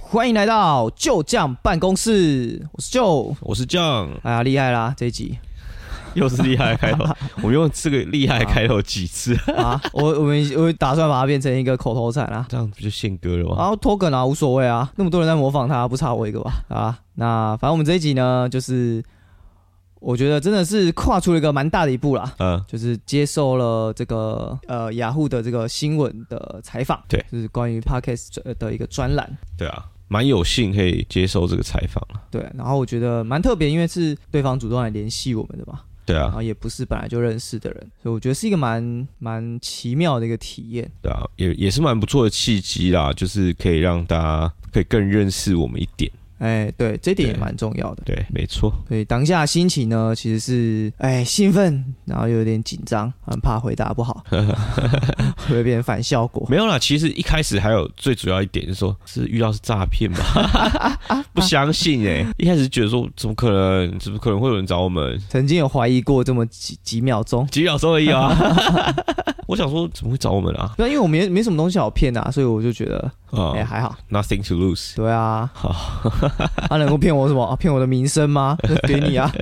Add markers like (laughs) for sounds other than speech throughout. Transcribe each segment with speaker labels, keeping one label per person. Speaker 1: 欢迎来到旧将办公室，我是旧。
Speaker 2: 我是酱，
Speaker 1: 哎呀，厉害啦！这一集
Speaker 2: 又是厉害的开 (laughs) 头，我们用这个厉害的开头几次，
Speaker 1: 啊，我我们我打算把它变成一个口头禅啊，
Speaker 2: (laughs) 这样不就宪歌了
Speaker 1: 然
Speaker 2: 吗？
Speaker 1: 后脱梗啊，无所谓啊，那么多人在模仿他，不差我一个吧？啊，那反正我们这一集呢，就是我觉得真的是跨出了一个蛮大的一步啦，
Speaker 2: 嗯，
Speaker 1: 就是接受了这个呃雅虎的这个新闻的采访，
Speaker 2: 对，
Speaker 1: 就是关于 podcast 呃的一个专栏，
Speaker 2: 对啊，蛮有幸可以接受这个采访啊了。
Speaker 1: 对，然后我觉得蛮特别，因为是对方主动来联系我们的嘛，
Speaker 2: 对
Speaker 1: 然
Speaker 2: 啊，
Speaker 1: 后也不是本来就认识的人，所以我觉得是一个蛮蛮奇妙的一个体验。
Speaker 2: 对啊，也也是蛮不错的契机啦，就是可以让大家可以更认识我们一点。
Speaker 1: 哎，对，这点也
Speaker 2: 对
Speaker 1: 蛮重要的。
Speaker 2: 对，没错，
Speaker 1: 所以当下心情呢，其实是哎兴奋，然后又有点紧张，很怕回答不好，会不会变成反效果？
Speaker 2: 没有啦。其实一开始还有最主要一点就是说，是遇到是诈骗吧？ (laughs) 不相信哎、一开始觉得说怎么可能，怎么可能会有人找我们？
Speaker 1: 曾经有怀疑过这么几几秒钟，
Speaker 2: 几秒钟而已 (laughs) 啊！我想说怎么会找我们啊？
Speaker 1: 那因为我没没什么东西好骗啊，所以我就觉得
Speaker 2: 啊、
Speaker 1: 哎还好。
Speaker 2: n o t h i n g to lose。
Speaker 1: 对啊，
Speaker 2: 好，
Speaker 1: 他能够骗我什么？啊骗我的名声吗？就给你啊！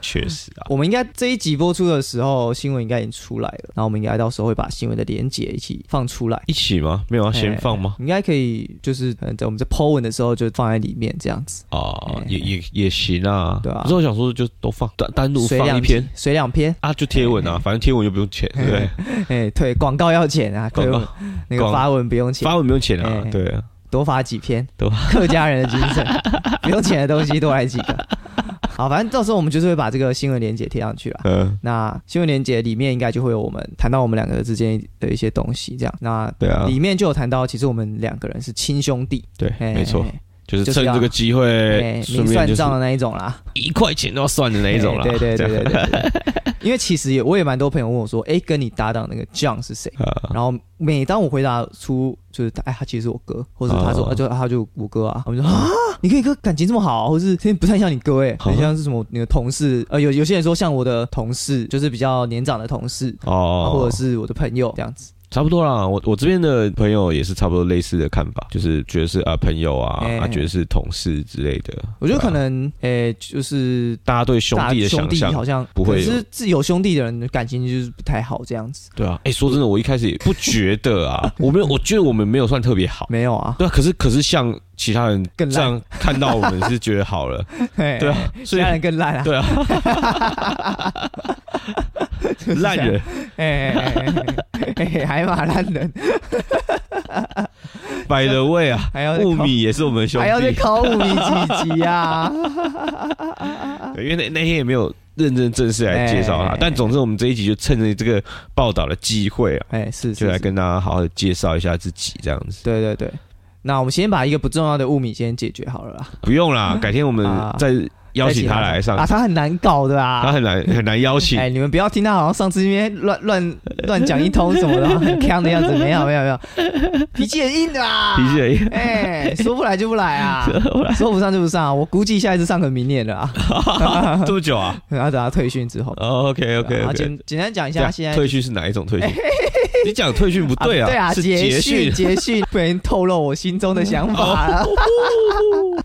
Speaker 2: 确实啊，
Speaker 1: 我们应该这一集播出的时候，新闻应该已经出来了，然后我们应该到时候会把新闻的连接一起放出来。
Speaker 2: 一起吗？没有要啊先放吗？
Speaker 1: 应该可以，就是可能在我们在 Po 文的时候就放在里面这样子，
Speaker 2: 哦，
Speaker 1: 哎
Speaker 2: 也也也行啊。
Speaker 1: 对啊
Speaker 2: 不是我想说，就都放单单独
Speaker 1: 水
Speaker 2: 放
Speaker 1: 两
Speaker 2: 一
Speaker 1: 篇
Speaker 2: 篇，
Speaker 1: 水两篇， (laughs)
Speaker 2: 啊，就贴文啊，反正贴文又不用钱，对不对？
Speaker 1: 哎，对，广告要钱啊，
Speaker 2: 广
Speaker 1: 对，
Speaker 2: 告
Speaker 1: 那个
Speaker 2: 广
Speaker 1: 发文不用钱，
Speaker 2: 发文不用钱啊
Speaker 1: 哎，
Speaker 2: 对啊，
Speaker 1: 多发几篇，
Speaker 2: 多
Speaker 1: 客家人的精
Speaker 2: (laughs)
Speaker 1: 神，不用钱的东西多来几个。好，反正到时候我们就是会把这个新闻链接贴上去了。
Speaker 2: 嗯，
Speaker 1: 那新闻链接里面应该就会有我们谈到我们两个之间的一些东西，这样。那
Speaker 2: 对啊，
Speaker 1: 里面就有谈到，其实我们两个人是亲兄弟，
Speaker 2: 对，
Speaker 1: 哎
Speaker 2: 没错
Speaker 1: 哎，
Speaker 2: 就是
Speaker 1: 就是
Speaker 2: 趁
Speaker 1: 要
Speaker 2: 这个机
Speaker 1: 哎
Speaker 2: 会，
Speaker 1: 明
Speaker 2: 顺便
Speaker 1: 算
Speaker 2: 就是
Speaker 1: 账的那一种啦。
Speaker 2: 一块钱都要算的那一种啦。
Speaker 1: 哎对对
Speaker 2: 这样
Speaker 1: 对对对对。 (laughs) 因为其实也我也蛮多朋友问我说，哎、跟你搭档那个 John 是谁？
Speaker 2: 啊，
Speaker 1: 然后每当我回答出就是哎，他其实是我哥，或者他说、
Speaker 2: 哦
Speaker 1: 啊就他就我哥啊，我们说啊，你跟你哥感情这么好，或是不太像你哥哎、很
Speaker 2: 啊
Speaker 1: 像是什么你的同事，呃有有些人说像我的同事，就是比较年长的同事，啊、
Speaker 2: 哦，
Speaker 1: 或者是我的朋友这样子，
Speaker 2: 差不多啦，我我这边的朋友也是差不多类似的看法，就是觉得是啊朋友啊
Speaker 1: 哎，
Speaker 2: 啊觉得是同事之类的。
Speaker 1: 我觉得
Speaker 2: 对
Speaker 1: 可
Speaker 2: 啊
Speaker 1: 能哎、就是。
Speaker 2: 大家对兄
Speaker 1: 大
Speaker 2: 弟的
Speaker 1: 兄
Speaker 2: 想
Speaker 1: 弟
Speaker 2: 象啊
Speaker 1: 好像
Speaker 2: 不会
Speaker 1: 可
Speaker 2: 有
Speaker 1: 是自己有兄弟的人感情就是不太好这样子。
Speaker 2: 对啊，哎、说真的，我一开始也不觉得啊，
Speaker 1: (laughs)
Speaker 2: 我没有，我觉得我们没有算特别好。
Speaker 1: 没有啊，
Speaker 2: 对啊，可是可是像其他人
Speaker 1: 更烂
Speaker 2: 这样看到我们是觉得好
Speaker 1: (laughs)
Speaker 2: 了， (laughs) 对
Speaker 1: 对
Speaker 2: 啊，
Speaker 1: 其
Speaker 2: 所以
Speaker 1: 他人更烂 (laughs) 啊，
Speaker 2: 对啊，
Speaker 1: 就是这样
Speaker 2: 烂人，
Speaker 1: 哎哎哎哎哎，海马烂人，
Speaker 2: 摆的位啊，
Speaker 1: 还要再
Speaker 2: 物
Speaker 1: 考，
Speaker 2: 米也是我们的兄
Speaker 1: 还要再
Speaker 2: 弟，
Speaker 1: 考五米几级啊？ (laughs)
Speaker 2: 对因为那那天也没有认真正式来介绍他，
Speaker 1: 哎
Speaker 2: 但总之我们这一集就趁着这个报道的机会啊，
Speaker 1: 哎，是
Speaker 2: 就是来
Speaker 1: 是，
Speaker 2: 跟大家好好的介绍一下自己这样子。
Speaker 1: 对对对。那我们先把一个不重要的物米先解决好了啦，
Speaker 2: 不用啦，改天我们
Speaker 1: 啊
Speaker 2: 再邀请他来上
Speaker 1: 啊，，他很难搞的
Speaker 2: 他
Speaker 1: 啊。
Speaker 2: 很难很难邀请
Speaker 1: 哎，你们不要听他好像上次那边乱乱乱讲一通什么的，很强的样子，没有没有没有， (laughs) 脾气很硬的
Speaker 2: (laughs)
Speaker 1: 啊，
Speaker 2: 脾气而已。
Speaker 1: 哎，说不来就不来
Speaker 2: (laughs)
Speaker 1: 啊，说不上就不上啊，我估计下一次上可能明年了啊， (laughs)
Speaker 2: (laughs) 这么久啊哦
Speaker 1: 然后等他退训之后。
Speaker 2: ？OK
Speaker 1: 对
Speaker 2: OK
Speaker 1: 啊
Speaker 2: OK，
Speaker 1: 简简单讲一
Speaker 2: 这
Speaker 1: 下
Speaker 2: 样
Speaker 1: 现在
Speaker 2: 啊退训是哪一种
Speaker 1: (laughs)
Speaker 2: 退训？你讲退训不对啊，
Speaker 1: 对啊，
Speaker 2: 是
Speaker 1: 捷
Speaker 2: 训。
Speaker 1: 捷讯不然透露我心中的想法 (laughs)
Speaker 2: (laughs)
Speaker 1: 了。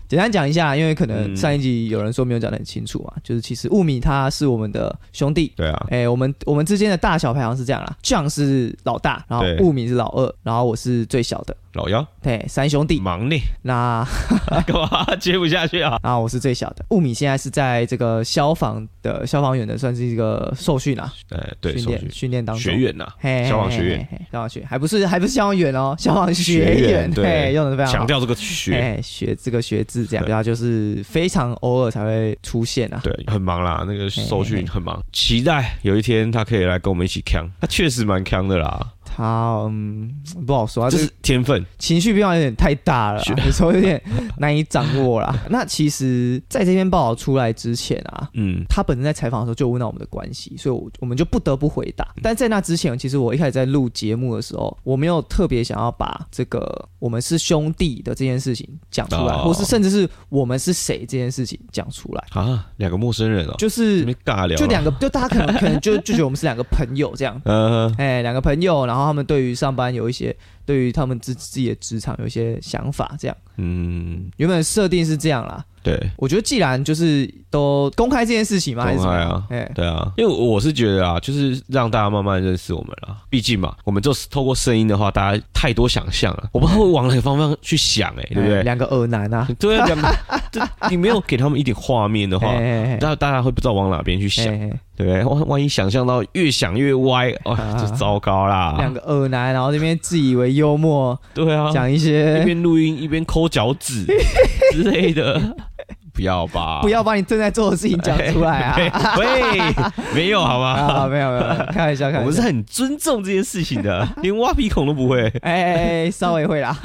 Speaker 1: 简单讲一下，因为可能
Speaker 2: 嗯
Speaker 1: 上一集有人说没有讲得很清楚嘛，就是其实物米他是我们的兄弟。
Speaker 2: 对啊，
Speaker 1: 哎、我们我们之间的大小排行是这样啦，酱是老大，然后
Speaker 2: 对
Speaker 1: 物米是老二，然后我是最小的，
Speaker 2: 老幺
Speaker 1: 对，三兄弟。
Speaker 2: 忙呢，
Speaker 1: 那
Speaker 2: (laughs) 干嘛接不下去啊？
Speaker 1: 啊，我是最小的。物米现在是在这个消防的消防员的，算是一个受训啊，
Speaker 2: 哎，对，
Speaker 1: 训
Speaker 2: 手续
Speaker 1: 练训练当中。
Speaker 2: 学员呐，
Speaker 1: 嘿，
Speaker 2: 消防学院
Speaker 1: 嘿，嘿嘿消防学还不是还不是消防员哦，消防学
Speaker 2: 学
Speaker 1: 院，
Speaker 2: 院对
Speaker 1: 嘿用的非常好
Speaker 2: 强。调这个学，
Speaker 1: 啊哎，学这个学字这样，然后就是非常偶尔才会出现啊。
Speaker 2: 对，很忙啦，那个受
Speaker 1: 嘿嘿
Speaker 2: 训很忙，期待有一天他可以来跟我们一起扛，他确实蛮扛的啦，
Speaker 1: 他嗯不好说啊，
Speaker 2: 这
Speaker 1: 这
Speaker 2: 是
Speaker 1: 个
Speaker 2: 天分，
Speaker 1: 情绪变化有点太大
Speaker 2: (laughs)
Speaker 1: 了啊
Speaker 2: 学，
Speaker 1: 有时候有点难以掌握啦。那其实在这篇报道出来之前啊。
Speaker 2: 嗯，
Speaker 1: 他本身在采访的时候就问到我们的关系，所以我我们就不得不回答。
Speaker 2: 嗯
Speaker 1: 但在那之前，其实我一开始在录节目的时候，我没有特别想要把这个我们是兄弟的这件事情讲出来，
Speaker 2: 哦
Speaker 1: 或是甚至是我们是谁这件事情讲出来，
Speaker 2: 啊，两个陌生人哦，
Speaker 1: 就是
Speaker 2: 这边尬聊，，
Speaker 1: 就，两个，就大家可能可能就就觉得我们是两个朋友这样
Speaker 2: 呃，
Speaker 1: 哎，两个朋友，然后他们对于上班有一些对于他们自自己的职场有一些想法，这样
Speaker 2: 嗯，
Speaker 1: 原本设定是这样啦。
Speaker 2: 对，
Speaker 1: 我觉得既然就是都公开这件事情嘛，还是
Speaker 2: 公
Speaker 1: 什么
Speaker 2: 开
Speaker 1: 样？
Speaker 2: 啊，
Speaker 1: 哎、
Speaker 2: 对啊，因为我是觉得啊，就是让大家慢慢认识我们啦。毕竟嘛，我们就是透过声音的话，大家太多想象了，我不知道会往哪个方向去想、欸，哎，对不
Speaker 1: 哎
Speaker 2: 对？
Speaker 1: 两个耳男啊，
Speaker 2: (laughs) 对啊，
Speaker 1: (laughs)
Speaker 2: 两个，这你没有给他们一点画面的
Speaker 1: 哎
Speaker 2: 话，
Speaker 1: 哎哎
Speaker 2: 那大家会不知道往哪边去想，
Speaker 1: 哎哎
Speaker 2: 对不对？万万一想象到越想越歪，哦，
Speaker 1: 啊
Speaker 2: 就糟糕啦
Speaker 1: 两。个耳男，然后那边自以为幽默，
Speaker 2: 对啊，
Speaker 1: 讲一哎
Speaker 2: 一
Speaker 1: 些
Speaker 2: 边录音一边抠脚
Speaker 1: (laughs)
Speaker 2: 趾之类的，不要吧？
Speaker 1: 不要把你正在做的事情讲出来 (laughs) 啊！
Speaker 2: 哎，喂，没有好吗？
Speaker 1: (laughs) 啊，没有没有，没有开玩笑，开玩
Speaker 2: 我们是
Speaker 1: 笑。
Speaker 2: 很尊重这件事
Speaker 1: (laughs)
Speaker 2: 情的，连挖鼻孔都不会。
Speaker 1: 哎哎哎，稍微 (laughs) 会啦。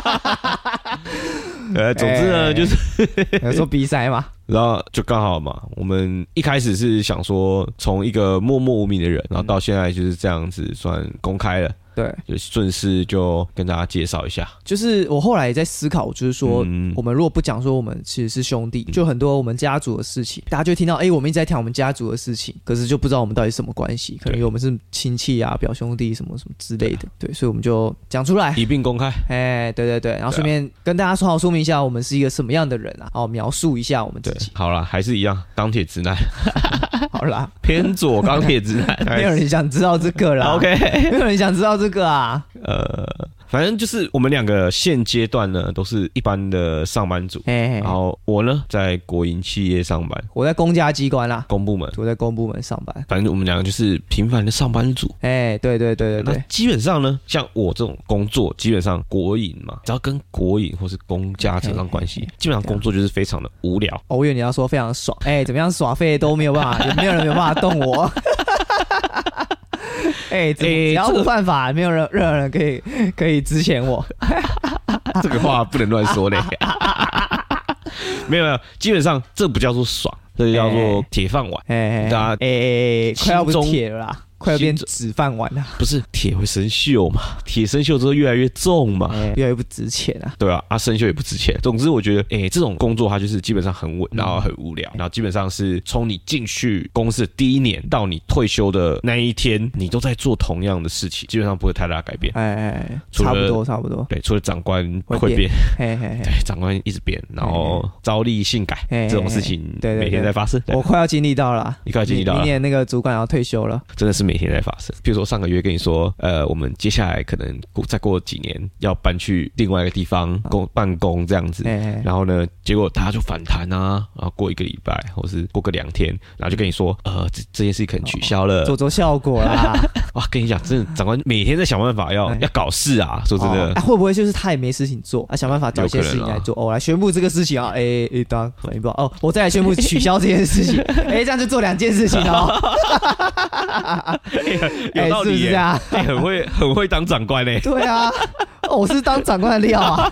Speaker 2: (laughs) 呃，总之呢，
Speaker 1: 哎
Speaker 2: 就是
Speaker 1: 有说鼻塞嘛，
Speaker 2: 然后就刚好嘛，我们一开始是想说从一个默默无名的人，
Speaker 1: 嗯
Speaker 2: 然后到现在就是这样子算公开了，
Speaker 1: 对，
Speaker 2: 就顺势就跟大家介绍一下。
Speaker 1: 就是我后来也在思考，就是说。
Speaker 2: 嗯
Speaker 1: 我们如果不讲说我们其实是兄弟，就很多我们家族的事情，大家就听到，哎、我们一直在谈我们家族的事情，可是就不知道我们到底是什么关系，可能以为我们是亲戚啊、表兄弟什么什么之类的，对，啊所以我们就讲出来，
Speaker 2: 一并公开，
Speaker 1: 哎，对对对，然后
Speaker 2: 对啊
Speaker 1: 顺便跟大家说好说明一下，我们是一个什么样的人啊，哦，描述一下我们自
Speaker 2: 对
Speaker 1: 己，，
Speaker 2: 好啦，还是一样，钢铁直男，
Speaker 1: (laughs) 好
Speaker 2: (laughs)
Speaker 1: 啦，
Speaker 2: 偏左钢铁直男，
Speaker 1: (laughs) 没有人想知道这
Speaker 2: (laughs)
Speaker 1: 个啦
Speaker 2: 哎 OK，
Speaker 1: 没有人想知道这个啊，
Speaker 2: 呃，反正就是我们两个现阶段呢，都是一般的上班族，
Speaker 1: 哎
Speaker 2: 然，后我呢在国营企业上班，
Speaker 1: 我在公家机关啦，
Speaker 2: 公部门，
Speaker 1: 我在公部门上班，
Speaker 2: 反正我们两个就是平凡的上班族。
Speaker 1: 哎，对对对对
Speaker 2: 那
Speaker 1: 对，
Speaker 2: 基本上呢，像我这种工作，基本上国营嘛，只要跟国营或是公家扯上关系
Speaker 1: 嘿嘿，
Speaker 2: 基本上工作就是非常的无聊。
Speaker 1: 哦，我以为你要说非常爽，哎，怎么样耍废都没有
Speaker 2: (laughs)
Speaker 1: 办法，也没有人没有办法动我， (laughs) 哎，怎么
Speaker 2: 哎
Speaker 1: 只要
Speaker 2: 这个
Speaker 1: 不犯法，没有人任何人可以可以支遣我，
Speaker 2: (laughs) 这个话不能乱说嘞。 (laughs) 没有没有，基本上这不叫做爽，这叫做铁饭碗，
Speaker 1: 哎，哎
Speaker 2: 大家
Speaker 1: 哎哎，哎快要不
Speaker 2: 心中
Speaker 1: 铁了啦，快要变
Speaker 2: 心中
Speaker 1: 纸饭碗了，
Speaker 2: 不是铁会生锈嘛？铁生锈之后越来越重嘛。
Speaker 1: 哎，越来越不值钱啊。
Speaker 2: 对啊，啊，生锈也不值钱。总之，我觉得，哎、这种工作它就是基本上很稳，
Speaker 1: 嗯
Speaker 2: 然后很无聊，然后基本上是从你进去公司的第一年到你退休的那一天，你都在做同样的事情，基本上不会太大改变。
Speaker 1: 哎哎，
Speaker 2: 除
Speaker 1: 差不
Speaker 2: 了
Speaker 1: 多差不多，
Speaker 2: 对，除了长官
Speaker 1: 会
Speaker 2: 会变，
Speaker 1: 嘿嘿嘿，
Speaker 2: 对，长官一直变，然后朝令性改
Speaker 1: 嘿嘿
Speaker 2: 这种事情，
Speaker 1: 哎对对对
Speaker 2: 每天在发生。对
Speaker 1: 我快要经历到了啊，
Speaker 2: 你快要经历到
Speaker 1: 明
Speaker 2: 了
Speaker 1: 明，年那个主管要退休了，
Speaker 2: 真的是每天在发生。比如说上个月跟你说，呃，我们接下来可能过再过几年要搬去另外一个地
Speaker 1: 嗯
Speaker 2: 方工办公这样子，
Speaker 1: 哎哎，
Speaker 2: 然后呢，结果大家就反弹啊，然后过一个礼拜，或是过个两天，然后就跟你说，呃，这这件事可能取消了。
Speaker 1: 哦做做效果
Speaker 2: (laughs)
Speaker 1: 啦，
Speaker 2: 哇，跟你讲，真的，长官每天在想办法要
Speaker 1: 哎
Speaker 2: 要搞事啊，说真
Speaker 1: 哦
Speaker 2: 的
Speaker 1: 啊，会不会就是他也没事情做啊，想办法找一些
Speaker 2: 有可能
Speaker 1: 事
Speaker 2: 啊
Speaker 1: 情来做？哦，我来宣布这个事情啊，哎哎，当反应不好哦，我再来宣布取消这件事
Speaker 2: (laughs)
Speaker 1: 情，哎，这样就做两件事情哦，哎，
Speaker 2: (laughs) 有道
Speaker 1: 是不
Speaker 2: 理
Speaker 1: 是这
Speaker 2: 耶，
Speaker 1: 样？
Speaker 2: 你很会很会当长官
Speaker 1: (laughs)
Speaker 2: 欸嘞，
Speaker 1: 对
Speaker 2: (laughs)
Speaker 1: 啊，哦我是当长官的料啊，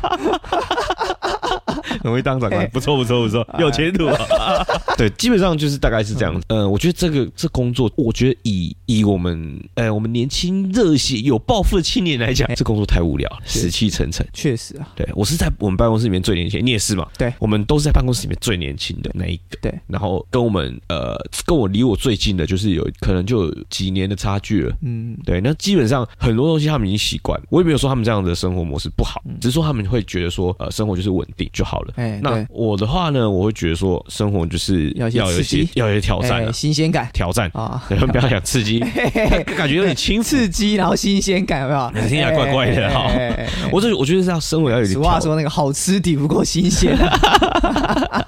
Speaker 2: 很会当长官，不错不错不错，
Speaker 1: 哎
Speaker 2: 有
Speaker 1: (laughs)
Speaker 2: 前途啊。对，基本上就是大概是这样。
Speaker 1: 嗯
Speaker 2: 呃，我觉得这个这工作，我觉得以以我们呃我们年轻热血有抱负的青年来
Speaker 1: 哎
Speaker 2: 讲，这工作太无聊了，死气沉沉。
Speaker 1: 确实啊，
Speaker 2: 对我是在我们办公室里面最年轻，你也是嘛？
Speaker 1: 对
Speaker 2: 我们都是在办公室里面最年轻的那一个。
Speaker 1: 对，
Speaker 2: 然后跟我们呃，跟我离我最近的，就是有可能就有几年的差距了。
Speaker 1: 嗯，
Speaker 2: 对，那基本上很多东西他们已经习惯了，我也没有说他们这样的生活模式不好，只是说他们会觉得说，呃，生活就是稳定就好
Speaker 1: 嗯
Speaker 2: 了。
Speaker 1: 哎，
Speaker 2: 那
Speaker 1: 对，
Speaker 2: 我的话呢，我会觉得说，生活就是
Speaker 1: 要
Speaker 2: 要
Speaker 1: 有些
Speaker 2: 有
Speaker 1: 刺
Speaker 2: 一些
Speaker 1: 激
Speaker 2: 要有一些挑战、
Speaker 1: 哎
Speaker 2: 啊，
Speaker 1: 新鲜感
Speaker 2: 挑战。 (laughs)
Speaker 1: 啊，
Speaker 2: 你们不要讲刺激，
Speaker 1: 嘿嘿嘿
Speaker 2: (laughs) 感觉有点轻浮。
Speaker 1: 刺激，然后新鲜感，有没有？
Speaker 2: 听起来怪怪的哈
Speaker 1: 哎哎哎哎
Speaker 2: (laughs)
Speaker 1: 哎
Speaker 2: 我这我觉得是要生活要有一点
Speaker 1: 俗
Speaker 2: 挑
Speaker 1: 话说那个好吃抵不过新鲜、
Speaker 2: (laughs)
Speaker 1: 啊，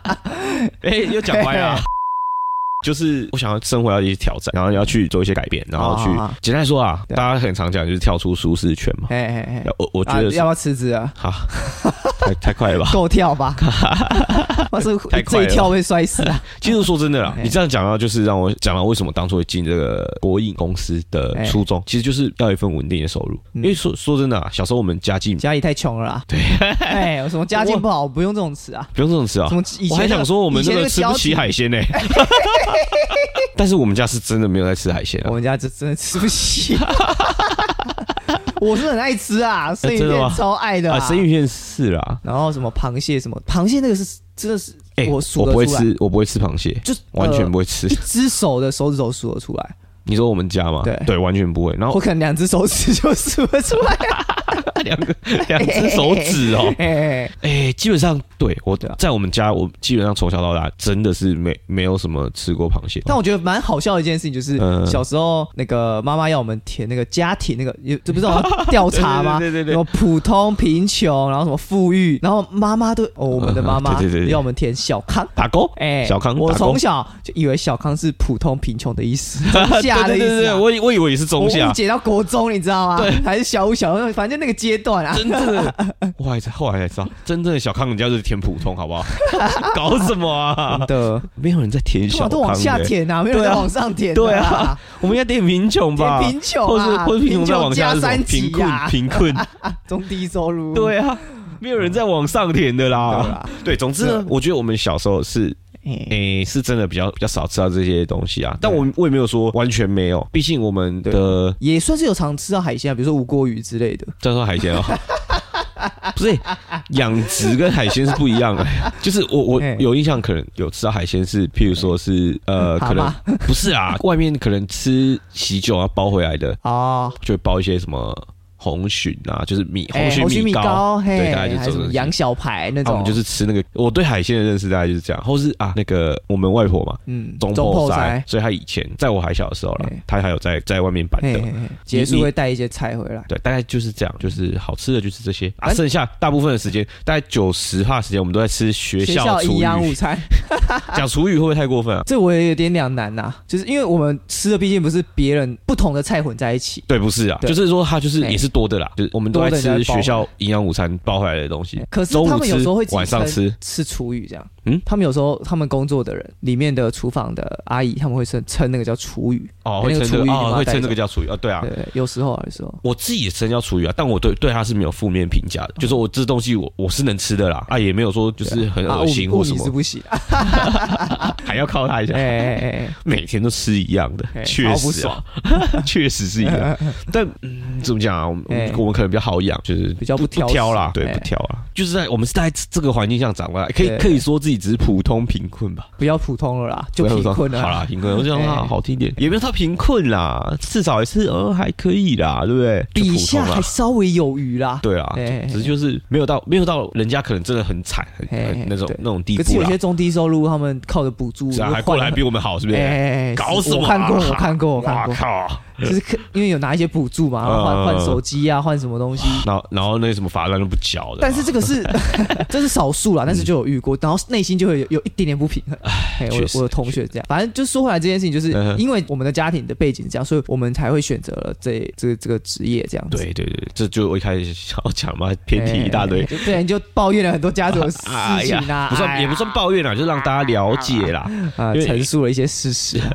Speaker 2: 哎、又讲歪
Speaker 1: (laughs)
Speaker 2: 了。就是我想要生活要有一些挑战，然后要去做一些改变，然后去
Speaker 1: 啊啊啊
Speaker 2: 简单来说啊，
Speaker 1: 对
Speaker 2: 大家很常讲就是跳出舒适圈嘛。
Speaker 1: 哎哎哎，
Speaker 2: 我我觉
Speaker 1: 啊，
Speaker 2: 得是
Speaker 1: 要不要辞职啊？
Speaker 2: 好，太太
Speaker 1: (laughs)
Speaker 2: 快了吧？
Speaker 1: 够跳
Speaker 2: (laughs)
Speaker 1: 吧？我是
Speaker 2: 太快
Speaker 1: 这
Speaker 2: 了
Speaker 1: 一跳会摔死啊！
Speaker 2: 其实说真的啦，
Speaker 1: 哎
Speaker 2: 你这样讲到就是让我讲到为什么当初会进这个国营公司的初衷，其实就是要有一份稳定的收入。
Speaker 1: 哎嗯
Speaker 2: 因为说说真的啊，小时候我们家境
Speaker 1: 家里太穷了
Speaker 2: (laughs)
Speaker 1: 啦。对，哎，有什么家境不好，不用这种词啊。
Speaker 2: 不用这种吃啊
Speaker 1: 什，么以前
Speaker 2: 我还想说我们
Speaker 1: 以前
Speaker 2: 那
Speaker 1: 那
Speaker 2: 个吃不
Speaker 1: 饺
Speaker 2: 起
Speaker 1: 子，
Speaker 2: 海鲜呢、 (laughs) 但是我们家是真的没有在吃海鲜啊
Speaker 1: 我。们家真真的吃不
Speaker 2: (laughs)
Speaker 1: 起。我是很爱吃啊，生鱼
Speaker 2: 哎真的
Speaker 1: 片
Speaker 2: 吗
Speaker 1: 超爱的
Speaker 2: 啊，
Speaker 1: 啊
Speaker 2: 生鱼片是啦，
Speaker 1: 然后什么螃蟹什么，螃蟹那个是真的是
Speaker 2: 哎、
Speaker 1: 我
Speaker 2: 我
Speaker 1: 数得
Speaker 2: 不会
Speaker 1: 出来
Speaker 2: 吃，我不会吃螃蟹，
Speaker 1: 就是
Speaker 2: 完全
Speaker 1: 呃
Speaker 2: 不会吃
Speaker 1: 一。只手的手指头数得出来，
Speaker 2: 你说我们家吗？
Speaker 1: 对
Speaker 2: 完全不会。然
Speaker 1: 我
Speaker 2: 后
Speaker 1: 可能两只手指就数得出来。
Speaker 2: 两
Speaker 1: (laughs)
Speaker 2: 个两只手指哦。 (laughs)
Speaker 1: 哎，
Speaker 2: 哎，基本上对我
Speaker 1: 对啊
Speaker 2: 在我们家，我基本上从小到大真的是没没有什么吃过螃蟹。
Speaker 1: (laughs) 但我觉得蛮好笑的一件事情就是，
Speaker 2: 嗯
Speaker 1: 小时候那个妈妈要我们填那个家庭那个，也这不是好像调查吗？
Speaker 2: (laughs) 对对
Speaker 1: 什
Speaker 2: 对对
Speaker 1: 么普通、贫穷，然后什么富裕，然后妈妈都哦，我们的妈
Speaker 2: 嗯
Speaker 1: 妈
Speaker 2: (laughs) 对对对对
Speaker 1: 要我们填小康。
Speaker 2: 打勾，
Speaker 1: 哎、
Speaker 2: 小康
Speaker 1: 我
Speaker 2: 打勾
Speaker 1: 从小就以为小康是普通贫穷的意
Speaker 2: (laughs)
Speaker 1: 思，中
Speaker 2: 对
Speaker 1: 下的
Speaker 2: 对
Speaker 1: 意
Speaker 2: 对对
Speaker 1: 思、
Speaker 2: 对，
Speaker 1: 啊。
Speaker 2: 我以我以为是中
Speaker 1: 我
Speaker 2: 下
Speaker 1: 误，解到国中，你知道吗？
Speaker 2: 对，
Speaker 1: 还是小五、小六，反正就那个阶段啊。
Speaker 2: 真正的，我还才后来才知道，真正的小康人家就是填普通，好不好？ (laughs) 搞什么 (laughs) 啊
Speaker 1: 真？的，
Speaker 2: 没有人在填
Speaker 1: 干
Speaker 2: 小
Speaker 1: 嘛
Speaker 2: 康的，
Speaker 1: 都往下填啊，没有人
Speaker 2: 对
Speaker 1: 在
Speaker 2: 啊
Speaker 1: 往上填、
Speaker 2: 对啊，我们应该填贫穷吧？
Speaker 1: 填贫穷
Speaker 2: 或
Speaker 1: 啊
Speaker 2: 是或是贫穷再往下
Speaker 1: 贫穷加
Speaker 2: 是什么
Speaker 1: 三
Speaker 2: 贫
Speaker 1: 级
Speaker 2: 困
Speaker 1: 啊
Speaker 2: 贫困，
Speaker 1: 中低收入。
Speaker 2: (laughs) 对啊，没有人在往上填的
Speaker 1: 对
Speaker 2: 啦
Speaker 1: 啦。
Speaker 2: 对，总之呢
Speaker 1: 对，
Speaker 2: 我觉得我们小时候是
Speaker 1: 哎，
Speaker 2: 诶、是真的比较比较少吃到这些东西啊。但我我也没有说完全没有，毕竟我们的
Speaker 1: 也算是有常吃到海鲜啊，比如说无锅鱼之类的。
Speaker 2: 再说海鲜哦。 (laughs) 不是养殖跟海鲜是不一样的， (laughs) 就是我我
Speaker 1: 哎
Speaker 2: 有印象，可能有吃到海鲜是，譬如说是呃，
Speaker 1: 蛤
Speaker 2: 可能
Speaker 1: 蟆
Speaker 2: (laughs) 不是啊，外面可能吃喜酒啊包回来的，
Speaker 1: 哦，
Speaker 2: 就会包一些什么红鲟啊，就是米
Speaker 1: 哎
Speaker 2: 红鲟
Speaker 1: 米
Speaker 2: 糕，啊
Speaker 1: 糕，嘿，
Speaker 2: 对，大概就
Speaker 1: 还有
Speaker 2: 这
Speaker 1: 什
Speaker 2: 种
Speaker 1: 么
Speaker 2: 东西
Speaker 1: 羊小排那
Speaker 2: 啊我
Speaker 1: 种，
Speaker 2: 们就是吃那个，我对海鲜的认识大概就是这样，或是啊那个我们外婆嘛，
Speaker 1: 嗯，
Speaker 2: 中
Speaker 1: 后
Speaker 2: 破塞，所以他以前在我还小的时候了
Speaker 1: 嘿，
Speaker 2: 他还有在在外面办
Speaker 1: 嘿
Speaker 2: 的。
Speaker 1: 嘿嘿，结束会带一些菜回来。
Speaker 2: 对，大概就是这样，就是好吃的就是这些啊，
Speaker 1: 反
Speaker 2: 剩下大部分的时间，大概九十趴时间，我们都在吃学
Speaker 1: 学
Speaker 2: 校
Speaker 1: 校营
Speaker 2: 厨
Speaker 1: 养午
Speaker 2: 余。 (laughs)
Speaker 1: 餐，
Speaker 2: 讲厨余会不会太过分啊？
Speaker 1: 这我也有点两难呐、啊就是因为我们吃的毕竟不是别人不同的菜混在一起，
Speaker 2: 对，不是啊，
Speaker 1: 对
Speaker 2: 就是说它就是
Speaker 1: 哎
Speaker 2: 也是多的啦，就是我们都在
Speaker 1: 多的人
Speaker 2: 吃
Speaker 1: 家包
Speaker 2: 学校营养午餐包回来的东西
Speaker 1: 哎，可是
Speaker 2: 嗯中
Speaker 1: 他
Speaker 2: 午
Speaker 1: 们有
Speaker 2: 吃
Speaker 1: 时候会自，己
Speaker 2: 晚上
Speaker 1: 称
Speaker 2: 吃，
Speaker 1: 吃厨余这样。
Speaker 2: 嗯
Speaker 1: 嗯，他们有时候他们工作的人里面的厨房的阿姨，他们会称称那个叫厨余。
Speaker 2: 哦，
Speaker 1: 哎
Speaker 2: 会
Speaker 1: 那
Speaker 2: 称
Speaker 1: 个厨
Speaker 2: 这
Speaker 1: 余
Speaker 2: 个
Speaker 1: 你把
Speaker 2: 哦，
Speaker 1: 它
Speaker 2: 会
Speaker 1: 带
Speaker 2: 称这
Speaker 1: 走
Speaker 2: 个叫厨余啊，对啊，
Speaker 1: 对，有时候啊，有时候。
Speaker 2: 我自己也称叫厨余啊，但我对对它是没有负面评价
Speaker 1: 哦
Speaker 2: 的，就是我这东西我我是能吃的啦，啊，也没有说就是很
Speaker 1: 啊，
Speaker 2: 恶心
Speaker 1: 物
Speaker 2: 或
Speaker 1: 物
Speaker 2: 什
Speaker 1: 理是
Speaker 2: 么，
Speaker 1: 不
Speaker 2: (laughs)
Speaker 1: 行，哎
Speaker 2: 还要靠它一下。
Speaker 1: 哎哎
Speaker 2: 每天都吃一样的，
Speaker 1: 哎，
Speaker 2: 确
Speaker 1: 毫不
Speaker 2: 实、
Speaker 1: 爽
Speaker 2: 啊，， (laughs) 确实是一样。但嗯，怎么讲啊？我们
Speaker 1: 哎
Speaker 2: 我们可能比较好养，就是
Speaker 1: 比较
Speaker 2: 不
Speaker 1: 不挑食
Speaker 2: 挑啦，对，
Speaker 1: 哎
Speaker 2: 不挑啦。就是在我们是在这个环境下长大，可以
Speaker 1: 对
Speaker 2: 可以说自己只是普通贫困吧，
Speaker 1: 不要普通了啦，就
Speaker 2: 不要
Speaker 1: 贫
Speaker 2: 说
Speaker 1: 困了。啊
Speaker 2: (laughs) 好啦，，贫困，我想啊，
Speaker 1: 哎
Speaker 2: 好听一点，也没有他贫困啦，至少也是呃还可以啦，对不对？就
Speaker 1: 底
Speaker 2: 普通
Speaker 1: 下
Speaker 2: 啦
Speaker 1: 还稍微有余啦。
Speaker 2: 对啊，
Speaker 1: 哎
Speaker 2: 只是就是没有到没有到人家可能真的很惨，很
Speaker 1: 哎
Speaker 2: 很那种
Speaker 1: 对
Speaker 2: 那种地
Speaker 1: 可是
Speaker 2: 步
Speaker 1: 有
Speaker 2: 啦
Speaker 1: 些，中低收入，他们靠着补助
Speaker 2: 是啊，还
Speaker 1: 就
Speaker 2: 过
Speaker 1: 换
Speaker 2: 来还
Speaker 1: 了
Speaker 2: 比我们好，是不
Speaker 1: 哎
Speaker 2: 是？
Speaker 1: 哎，哎
Speaker 2: 搞什么啊
Speaker 1: 我看过，我看过，我看
Speaker 2: 哇
Speaker 1: 过，
Speaker 2: 靠！
Speaker 1: 就是可因为有拿一些补助嘛，然后
Speaker 2: 嗯
Speaker 1: 换换手机啊，换什么东西。
Speaker 2: 然后然后那什么罚单都不缴的嘛，
Speaker 1: 但是这个是 (laughs) 这是少数
Speaker 2: 嗯
Speaker 1: 啦，但是就有遇过，然后内心就会有有一点点不平衡。哎，我
Speaker 2: 确实
Speaker 1: 我有同学这样，反正就说回来这件事情，就是
Speaker 2: 嗯哼
Speaker 1: 因为我们的家庭的背景这样，所以我们才会选择了这这个这个职业这样子。
Speaker 2: 对对对，这就我一开始想要讲嘛，偏题一大堆
Speaker 1: 哎，就不然就抱怨了很多家族的事
Speaker 2: (laughs) 哎
Speaker 1: 情
Speaker 2: 呀
Speaker 1: 啊，
Speaker 2: 不算也不算抱怨啦，就让大家了解啦，
Speaker 1: 啊，
Speaker 2: 因为
Speaker 1: 陈述了一些事实啊，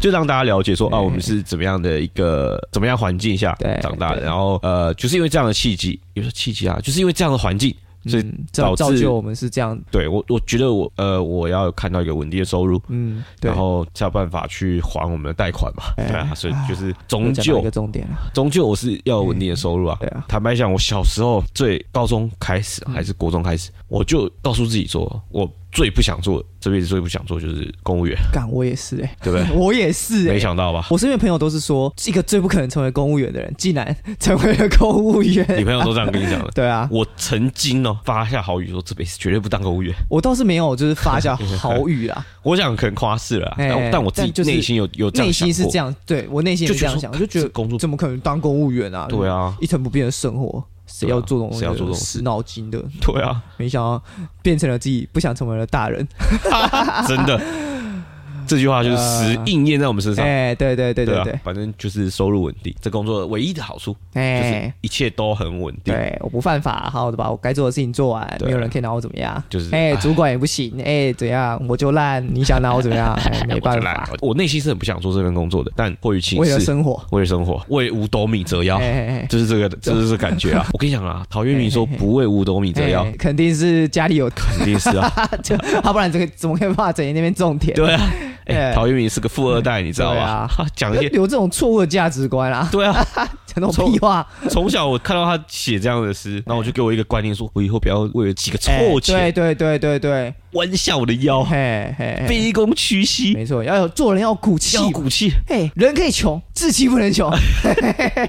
Speaker 2: 就让大家了解说啊，
Speaker 1: 对
Speaker 2: 我们是怎么样的一个怎么样环境下
Speaker 1: 对
Speaker 2: 长大的，
Speaker 1: 对
Speaker 2: 然后呃，就是因为这样的契机，也不是契机啊，就是因为这样的环境， (laughs) 所以
Speaker 1: 嗯
Speaker 2: 导
Speaker 1: 造
Speaker 2: 致
Speaker 1: 造就我们是这样，
Speaker 2: 对我我觉得我呃，我要看到一个稳定的收入，
Speaker 1: 嗯，对
Speaker 2: 然，后才有办法去还我们的贷款嘛，
Speaker 1: 哎
Speaker 2: 对啊，所以就是
Speaker 1: 我
Speaker 2: 终
Speaker 1: 讲到一
Speaker 2: 究
Speaker 1: 个重点了，
Speaker 2: 终究我是要有稳定的收入啊，
Speaker 1: 对
Speaker 2: (laughs)
Speaker 1: 啊，
Speaker 2: 坦白讲，我小时候最高中开始
Speaker 1: 嗯
Speaker 2: 还是国中开始，我就告诉自己说，我最不想做，这辈子最不想做就是
Speaker 1: (laughs)
Speaker 2: 公务员，
Speaker 1: 干我也是哎，
Speaker 2: 对不对？
Speaker 1: 我也是
Speaker 2: 没
Speaker 1: 哎。
Speaker 2: 想到吧？
Speaker 1: 我身边朋友都是说，一个最不可能成为公务员的人，竟然成为了公务
Speaker 2: 女
Speaker 1: 员。。
Speaker 2: 朋友都这样跟你讲的
Speaker 1: 对啊，
Speaker 2: 我曾经哦发下豪语说，这辈子绝对不当公务员。
Speaker 1: 我倒是没有，就是发下豪语啊啦，
Speaker 2: 我想可能夸饰了啊，
Speaker 1: 哎
Speaker 2: 但 (laughs) 但我自
Speaker 1: 但就
Speaker 2: 己
Speaker 1: 是
Speaker 2: 内心有有这
Speaker 1: 内
Speaker 2: 样想
Speaker 1: 心是
Speaker 2: 过
Speaker 1: 这，样，对我内心也
Speaker 2: 就是
Speaker 1: 这
Speaker 2: 觉
Speaker 1: 样
Speaker 2: 得
Speaker 1: 想，我
Speaker 2: 说
Speaker 1: 就觉
Speaker 2: 这
Speaker 1: 得
Speaker 2: 工作
Speaker 1: 怎么可能当公务员啊？
Speaker 2: 对，啊，
Speaker 1: 一成不变的生活，谁要做这种东西
Speaker 2: 谁要做这种事
Speaker 1: 死脑筋的？
Speaker 2: 对啊，
Speaker 1: 没想到变成了自己不想成为的大
Speaker 2: (laughs)
Speaker 1: 人。 (laughs)
Speaker 2: 真的，这句话就是实
Speaker 1: 呃
Speaker 2: 应验在我们身上。
Speaker 1: 哎、对对对对
Speaker 2: 啊
Speaker 1: 对，，
Speaker 2: 反正就是收入稳定，这工作唯一的好处就
Speaker 1: 哎
Speaker 2: 是、一切都很稳定。
Speaker 1: 对，我不犯法，好好的把我该做的事情做完，
Speaker 2: 对啊
Speaker 1: 没有人可以拿我怎么样。
Speaker 2: 就是
Speaker 1: 哎、
Speaker 2: 哎
Speaker 1: 主管也不行，哎、怎样我就烂，你想拿我怎么样？哎、没办法，
Speaker 2: (laughs) 我我内心是很不想做这份工作的，但迫于情
Speaker 1: 为了
Speaker 2: 势，
Speaker 1: 生活，
Speaker 2: 为了生活，为五斗米折腰
Speaker 1: 哎，哎
Speaker 2: 就是这个，就是这
Speaker 1: (laughs)
Speaker 2: 感觉啊！我跟你讲啊，陶渊明说
Speaker 1: 哎哎哎
Speaker 2: 不为五斗米
Speaker 1: 哎
Speaker 2: 折腰
Speaker 1: 哎，肯定是家里有，
Speaker 2: 肯定是
Speaker 1: (laughs)
Speaker 2: 啊，
Speaker 1: 就要不然这个怎么可以把整天那边种田？
Speaker 2: 对啊，哎，
Speaker 1: 哎
Speaker 2: 陶渊明是个富二代，你知道
Speaker 1: 对
Speaker 2: 吧
Speaker 1: 啊？
Speaker 2: (laughs) 讲一些
Speaker 1: (laughs) 有这种错误的价值观
Speaker 2: (laughs)
Speaker 1: 啊，
Speaker 2: 对啊，
Speaker 1: 讲那种屁话，
Speaker 2: 从小我看到他写这样的诗，然后我就给我一个观念，说我以后不要为了几个
Speaker 1: 哎
Speaker 2: 臭钱哦
Speaker 1: 对对对对对，
Speaker 2: 弯下我的腰，
Speaker 1: 嘿嘿，嘿
Speaker 2: 卑躬屈膝，
Speaker 1: 哎没错，要有做人要有骨气
Speaker 2: 要，骨气。
Speaker 1: 嘿，人可以穷，志气不能
Speaker 2: (laughs)
Speaker 1: 穷，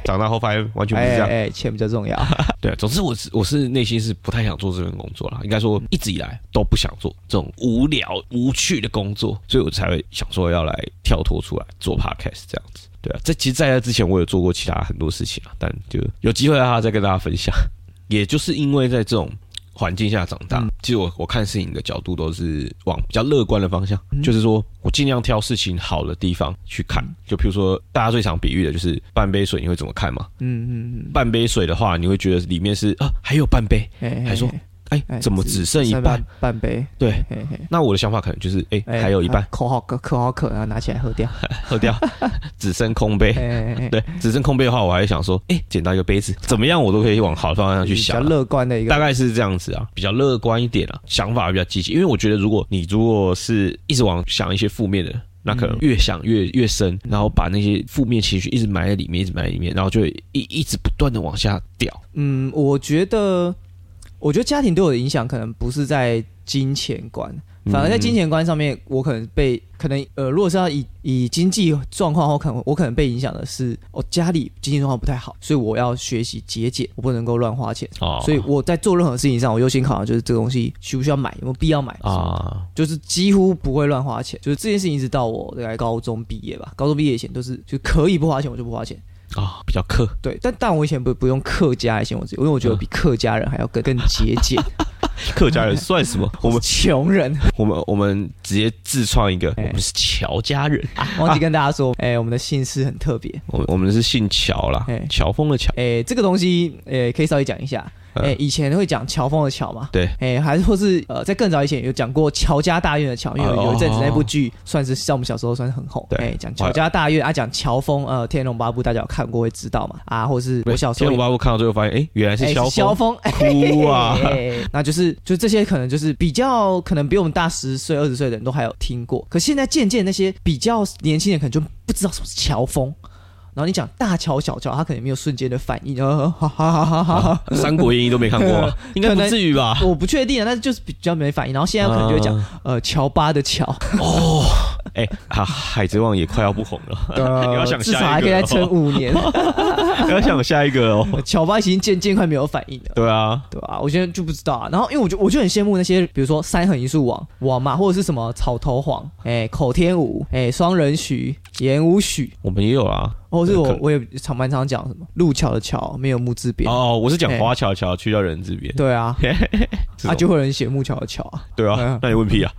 Speaker 2: 长大后发现完全不是
Speaker 1: 哎
Speaker 2: 这样。
Speaker 1: 哎，钱比较重要， (laughs)
Speaker 2: 对啊，总之我是我是内心是不太想做这份工作啦，应该说一直以来都不想做这种无聊无趣的工作，所以我才会想说要来跳脱出来做 podcast 这样子。对啊，这其实在那之前我有做过其他很多事情啊，但就有机会的话再跟大家分享。 (laughs) 也就是因为在这种环境下长大，
Speaker 1: 嗯
Speaker 2: 其实我我看事情的角度都是往比较乐观的方向，就是说我尽量挑事情好的地方去看。就譬如说大家最常比喻的就是半杯水，你会怎么看嘛？
Speaker 1: 嗯嗯
Speaker 2: 半杯水的话，你会觉得里面是啊还有半杯，
Speaker 1: 嗯，嘿
Speaker 2: 还说
Speaker 1: 嘿
Speaker 2: 哎
Speaker 1: 哎
Speaker 2: 怎么只剩一半？
Speaker 1: 半杯，
Speaker 2: 对，
Speaker 1: 嘿嘿，
Speaker 2: 那我的想法可能就是哎
Speaker 1: 哎
Speaker 2: 还有一半
Speaker 1: 啊口好渴，口好渴，然后拿起来喝
Speaker 2: (laughs)
Speaker 1: 掉，(laughs)
Speaker 2: 喝掉，只剩空杯。
Speaker 1: 哎，嘿
Speaker 2: 对，只剩空杯的话，我还想说，哎，捡到一个杯子，怎么样我都可以往好的方向去
Speaker 1: 比较
Speaker 2: 想啊。
Speaker 1: 乐观的一
Speaker 2: 大
Speaker 1: 个，
Speaker 2: 概是这样子啊，比较乐观一点啊，想法比较积极。因为我觉得，如果你如果是一直往想一些负面的，那
Speaker 1: 嗯
Speaker 2: 可能越想越越深，然后把那些负面情绪一直埋在里面，一直埋在里面，然后就会一一直不断的往下掉。
Speaker 1: 嗯，我觉得，我觉得家庭对我的影响可能不是在金钱观。反
Speaker 2: 嗯
Speaker 1: 而在金钱观上面，我可能被可能呃，如果是要以以经济状况的话，我可能我可能被影响的是，哦，家里经济状况不太好，所以我要学习节俭，我不能够乱花钱。
Speaker 2: 哦
Speaker 1: 所以我在做任何事情上，我优先考量就是这个东西需不需要买，有没有必要买，
Speaker 2: 啊，
Speaker 1: 就是几乎不会乱花钱。就是这件事情一直到我大概高中毕业吧，高中毕业以前都是就可以不花钱我就不花钱。
Speaker 2: 啊、比较克
Speaker 1: 对，但但我以前不不用客家来形容自己，因为我
Speaker 2: 嗯
Speaker 1: 觉得我比客家人还要更更节俭，
Speaker 2: (laughs) 客家人算什么？ (laughs) 我
Speaker 1: (laughs)
Speaker 2: 们
Speaker 1: 穷
Speaker 2: (laughs)
Speaker 1: 人。
Speaker 2: 我们我们直接自创一个，我
Speaker 1: 哎
Speaker 2: 们是乔家人，
Speaker 1: 忘记跟大家说，哎、我们的姓氏很特别。
Speaker 2: 我们我们是姓乔啦
Speaker 1: 哎，
Speaker 2: 乔峰的乔，
Speaker 1: 哎、这个东西，哎、可以稍微讲一下。
Speaker 2: 嗯
Speaker 1: 哎、以前会讲乔峰的乔嘛？
Speaker 2: 对
Speaker 1: 哎、还是或是呃，在更早以前有讲过乔家大院的乔，因为
Speaker 2: 哦
Speaker 1: 有一阵子那部剧算是在我们小时候算是很红。
Speaker 2: 对
Speaker 1: 哎、讲乔家大院啊，讲乔峰，呃，《天龙八部》大家有看过会知道嘛？啊，或是我小时
Speaker 2: 天
Speaker 1: 候
Speaker 2: 龙
Speaker 1: 也。
Speaker 2: 八部看到最后发现，哎、原来
Speaker 1: 哎
Speaker 2: 是乔
Speaker 1: 萧
Speaker 2: 峰，
Speaker 1: 峰，
Speaker 2: 哭
Speaker 1: (laughs)
Speaker 2: 啊！
Speaker 1: 那就是就这些可能就是比较可能比我们大十岁二十岁的人都还有听过，可现在渐渐那些比较年轻人可能就不知道什么是乔峰。然后你讲大乔小乔，他可能没有瞬间的反应，呃， (laughs) 哈哈哈哈哈哈。
Speaker 2: 《三国演义》都没看过
Speaker 1: (laughs)
Speaker 2: 吧，应该不至于吧？
Speaker 1: 我不确定啊，但是就是比较没反应。然后现在可能就会讲，
Speaker 2: 啊
Speaker 1: 呃，乔巴的乔，
Speaker 2: 哎、啊，海贼王也快要不红
Speaker 1: (laughs)
Speaker 2: 了，啊你要
Speaker 1: 呃
Speaker 2: 想
Speaker 1: 至少还
Speaker 2: 下一
Speaker 1: 可以再
Speaker 2: 个
Speaker 1: 撑
Speaker 2: 哦，
Speaker 1: 五
Speaker 2: (laughs)
Speaker 1: 年。
Speaker 2: 要想下一个哦。
Speaker 1: 乔巴已经渐渐快没有反应了。
Speaker 2: 对啊，
Speaker 1: 对啊，我现在就不知道啊。然后，因为我就我就很羡慕那些，比如说三横一竖王王嘛，或者是什么草头黄，哎、口天吴，哎、双人徐，言无许，
Speaker 2: 我们也有啊。
Speaker 1: 或者是
Speaker 2: 对
Speaker 1: 我
Speaker 2: 可
Speaker 1: 我也常蛮常讲什么路桥的桥没有木字边，
Speaker 2: 哦，我是讲
Speaker 1: 哎
Speaker 2: 华侨侨去掉人字边，
Speaker 1: 对啊，
Speaker 2: (laughs) 这种
Speaker 1: 啊就会有人写木桥的桥啊。
Speaker 2: 对啊
Speaker 1: 嗯，
Speaker 2: 那你问屁啊？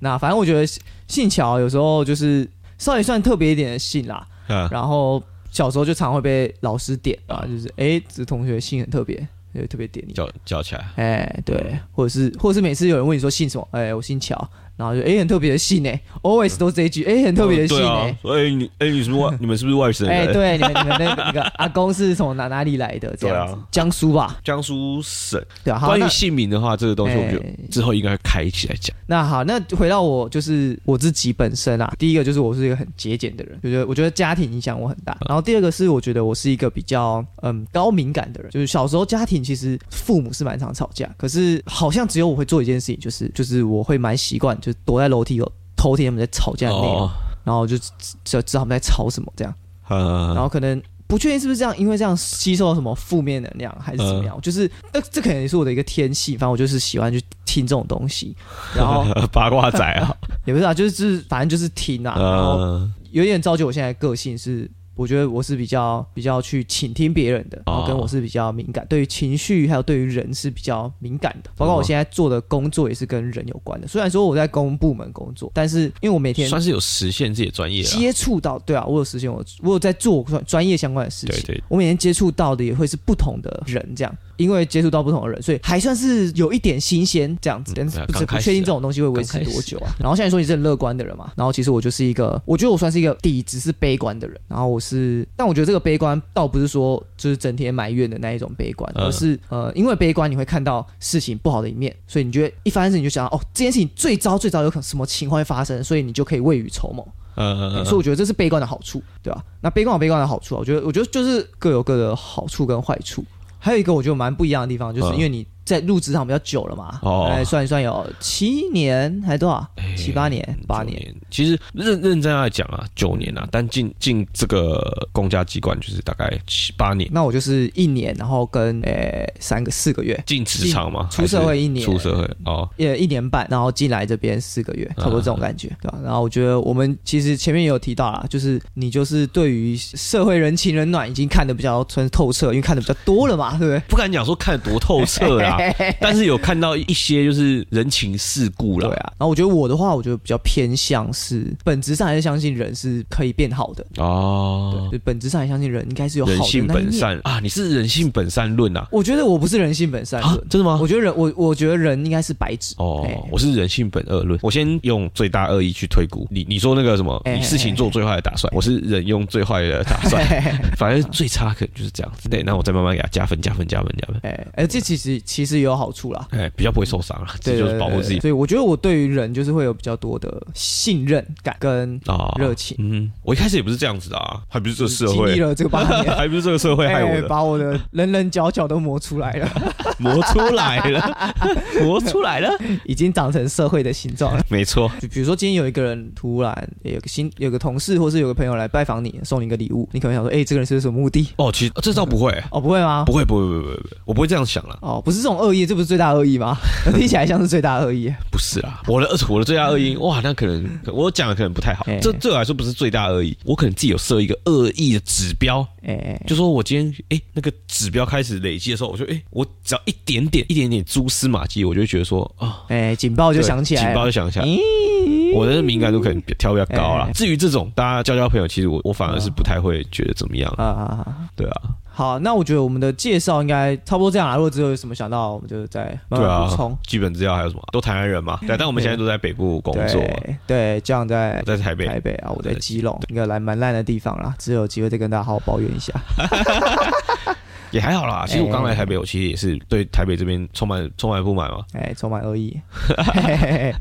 Speaker 1: 那反正我觉得姓乔有时候就是稍微算特别一点的姓啦，
Speaker 2: 嗯，
Speaker 1: 然后小时候就常会被老师点啊，就是哎、这同学姓很特别，就特别点你。
Speaker 2: 叫叫起来，
Speaker 1: 哎、对，或者是，或者是每次有人问你说姓什么，哎、我姓乔，然后就哎、很特别的姓哎、a l w a y s 都是这一句，哎、很特别的姓
Speaker 2: 对
Speaker 1: 哎、
Speaker 2: 啊。哎，你哎，你是不是外？你们是不是外省
Speaker 1: 哎、
Speaker 2: 人？
Speaker 1: 对，你们你们那个那个阿公是从哪哪里来的？这样子，
Speaker 2: 对啊
Speaker 1: 江苏吧？
Speaker 2: 江苏省。
Speaker 1: 对啊。好，
Speaker 2: 关于
Speaker 1: 那
Speaker 2: 姓名的话，这个东西我们就
Speaker 1: 哎
Speaker 2: 之后应该开起来讲。
Speaker 1: 那好，那回到我就是我自己本身啊，第一个就是我是一个很节俭的人，我觉得我觉得家庭影响我很大。然后第二个是我觉得我是一个比较嗯高敏感的人，就是小时候家庭其实父母是蛮常吵架，可是好像只有我会做一件事情，就是就是我会蛮习惯，就是躲在楼梯口偷听他们在吵架的内容，
Speaker 2: 哦，
Speaker 1: 然后我就知知知道他们在吵什么这样，然
Speaker 2: 呃，
Speaker 1: 后可能。不确定是不是这样，因为这样吸收了什么负面能量还是怎么样，就是呃这这可能也是我的一个天性，反正我就是喜欢去听这种东西，然后
Speaker 2: (laughs) 八卦仔
Speaker 1: (laughs)
Speaker 2: 啊，
Speaker 1: 也不是啊，就是就是反正就是听啊，然后
Speaker 2: 呃，
Speaker 1: 有点造就我现在的个性是。我觉得我是比较比较去倾听别人的，然后跟我是比较敏感，对于情绪还有对于人是比较敏感的。包括我现在做的工作也是跟人有关的。虽然说我在公部门工作，但是因为我每天
Speaker 2: 算是有实现自己的专业啊了。
Speaker 1: 接触到，对啊，我有实现我我有在做专专业相关的事
Speaker 2: 对
Speaker 1: 情，
Speaker 2: 对，
Speaker 1: 我每天接触到的也会是不同的人，这样，因为接触到不同的人，所以还算是有一点新鲜这样子
Speaker 2: 嗯。
Speaker 1: 但是
Speaker 2: 对啊
Speaker 1: 不是
Speaker 2: 刚
Speaker 1: 不
Speaker 2: 开
Speaker 1: 确定
Speaker 2: 始
Speaker 1: 这种东西会维持多久啊？然后像你说你是很乐观的人嘛，然后其实我就是一个，我觉得我算是一个底子是悲观的人，然后我是，但我觉得这个悲观倒不是说就是整天埋怨的那一种悲观，
Speaker 2: 嗯
Speaker 1: 而是呃，因为悲观你会看到事情不好的一面，所以你觉得一发生事情你就想到哦，这件事情最糟最糟有可能什么情况会发生，所以你就可以未雨绸缪。
Speaker 2: 呃
Speaker 1: 所以，我觉得这是悲观的好处，对吧、那悲观有悲观的好处啊，我觉得我觉得就是各有各的好处跟坏处。还有一个我觉得蛮不一样的地方，就是
Speaker 2: 嗯
Speaker 1: 因为你在入职场比较久了嘛，
Speaker 2: 哦哎
Speaker 1: 哎，算一算有七年还多少？七八年、八
Speaker 2: 九
Speaker 1: 年，
Speaker 2: 其实认认真来讲啊，九年啊，但进进这个公家机关就是大概七八年，
Speaker 1: 那我就是一年，然后跟呃、三个四个月，
Speaker 2: 进职场嘛，
Speaker 1: 出
Speaker 2: 还是
Speaker 1: 社会一年
Speaker 2: 出社会哦，
Speaker 1: 也一年半，然后进来这边四个月，差不多
Speaker 2: 嗯
Speaker 1: 这种感觉，对吧、然后我觉得我们其实前面也有提到啦，就是你就是对于社会人情冷暖已经看得比较穿透彻，因为看得比较多了嘛，对不对？
Speaker 2: 不敢讲说看得多透彻
Speaker 1: (laughs)
Speaker 2: 啦，但是有看到一些就是人情世故啦
Speaker 1: 对。啊，然后我觉得我的话，我觉得比较偏向是本质上还是相信人是可以变好的，
Speaker 2: 哦，
Speaker 1: 对，本质上还相信人应该是有好
Speaker 2: 人
Speaker 1: 的
Speaker 2: 性
Speaker 1: 那一
Speaker 2: 本
Speaker 1: 面。哎
Speaker 2: 善啊，你是人性本善论啊？
Speaker 1: 我觉得我不是人性本善
Speaker 2: 啊
Speaker 1: 论，，
Speaker 2: 真的吗
Speaker 1: 我？觉得人我我觉得人应该是白纸
Speaker 2: 哦
Speaker 1: 哎，
Speaker 2: 我是人性本恶论。我先用最大恶意去推估你。你说那个什么，
Speaker 1: 哎
Speaker 2: 你事情做最坏的打算，我是人用最坏的打算，反正最差可能就是这样子。对，那我再慢慢给他加分，加分，加分，加分。
Speaker 1: 哎哎，这其实其实也有好处啦。
Speaker 2: 哎，比较不会受伤啊，这就是保护自己
Speaker 1: 所以我觉得我对于人就是会有比较多的信任感跟
Speaker 2: 啊，
Speaker 1: 热情。
Speaker 2: 嗯，我一开始也不是这样子的啊，还不是这社
Speaker 1: 经历
Speaker 2: 会，
Speaker 1: 了这个八年，
Speaker 2: 还不是这个社会害我
Speaker 1: 哎
Speaker 2: 的，
Speaker 1: 把我的棱棱角角都磨出来了，
Speaker 2: 磨出来了，
Speaker 1: (laughs)
Speaker 2: 磨出来了，
Speaker 1: 已经长成社会的形状了。
Speaker 2: 没错，
Speaker 1: 就比如说今天有一个人突然有个新有个同事或是有个朋友来拜访你，送你一个礼物，你可能想说，哎、这个人是有什么目的？
Speaker 2: 哦，其实这倒不会，
Speaker 1: 哦，不会吗
Speaker 2: 不？会，不会，不会，不会，不会我不会这样想了，
Speaker 1: 哦，不是这种恶意，这不是最大恶意吗？ (laughs) 听起来像是最大恶意。
Speaker 2: 不是啊，我的我的最大恶意，哇，那可能我讲的可能不太好
Speaker 1: 嗯哎，
Speaker 2: 这对我来说不是最大恶意，我可能自己有设一个恶意的指标，
Speaker 1: 哎、
Speaker 2: 就说我今天哎、那个指标开始累积的时候，我就哎、我只要一点点一点点蛛丝马迹，我就会觉得说啊，
Speaker 1: 哎、警报就
Speaker 2: 对
Speaker 1: 响起来
Speaker 2: 警
Speaker 1: 了。
Speaker 2: 报就响起来，
Speaker 1: 咦
Speaker 2: 我的敏感度可能比挑比较高啦
Speaker 1: 哎。
Speaker 2: 至于这种大家交交朋友，其实我我反而是不太会觉得怎么样
Speaker 1: 啊，啊啊！
Speaker 2: 对啊，
Speaker 1: 好，那我觉得我们的介绍应该差不多这样啦。如果之后有什么想到，我们就再慢
Speaker 2: 对
Speaker 1: 慢补
Speaker 2: 啊
Speaker 1: 充。，
Speaker 2: 基本资料还有什么都台南人嘛，对啊，但我们现在都在北部工作，
Speaker 1: 对对，这样在
Speaker 2: 我在台北，
Speaker 1: 台北啊，我在
Speaker 2: 对
Speaker 1: 基隆，一个来蛮烂的地方啦，只有机会再跟大家好好抱怨一下。
Speaker 2: 也还好
Speaker 1: 哎
Speaker 2: 啦。其实我刚来台北，我其实也是对台北这边充满充满不满嘛，
Speaker 1: 哎，充满恶意。 (laughs) 嘿嘿嘿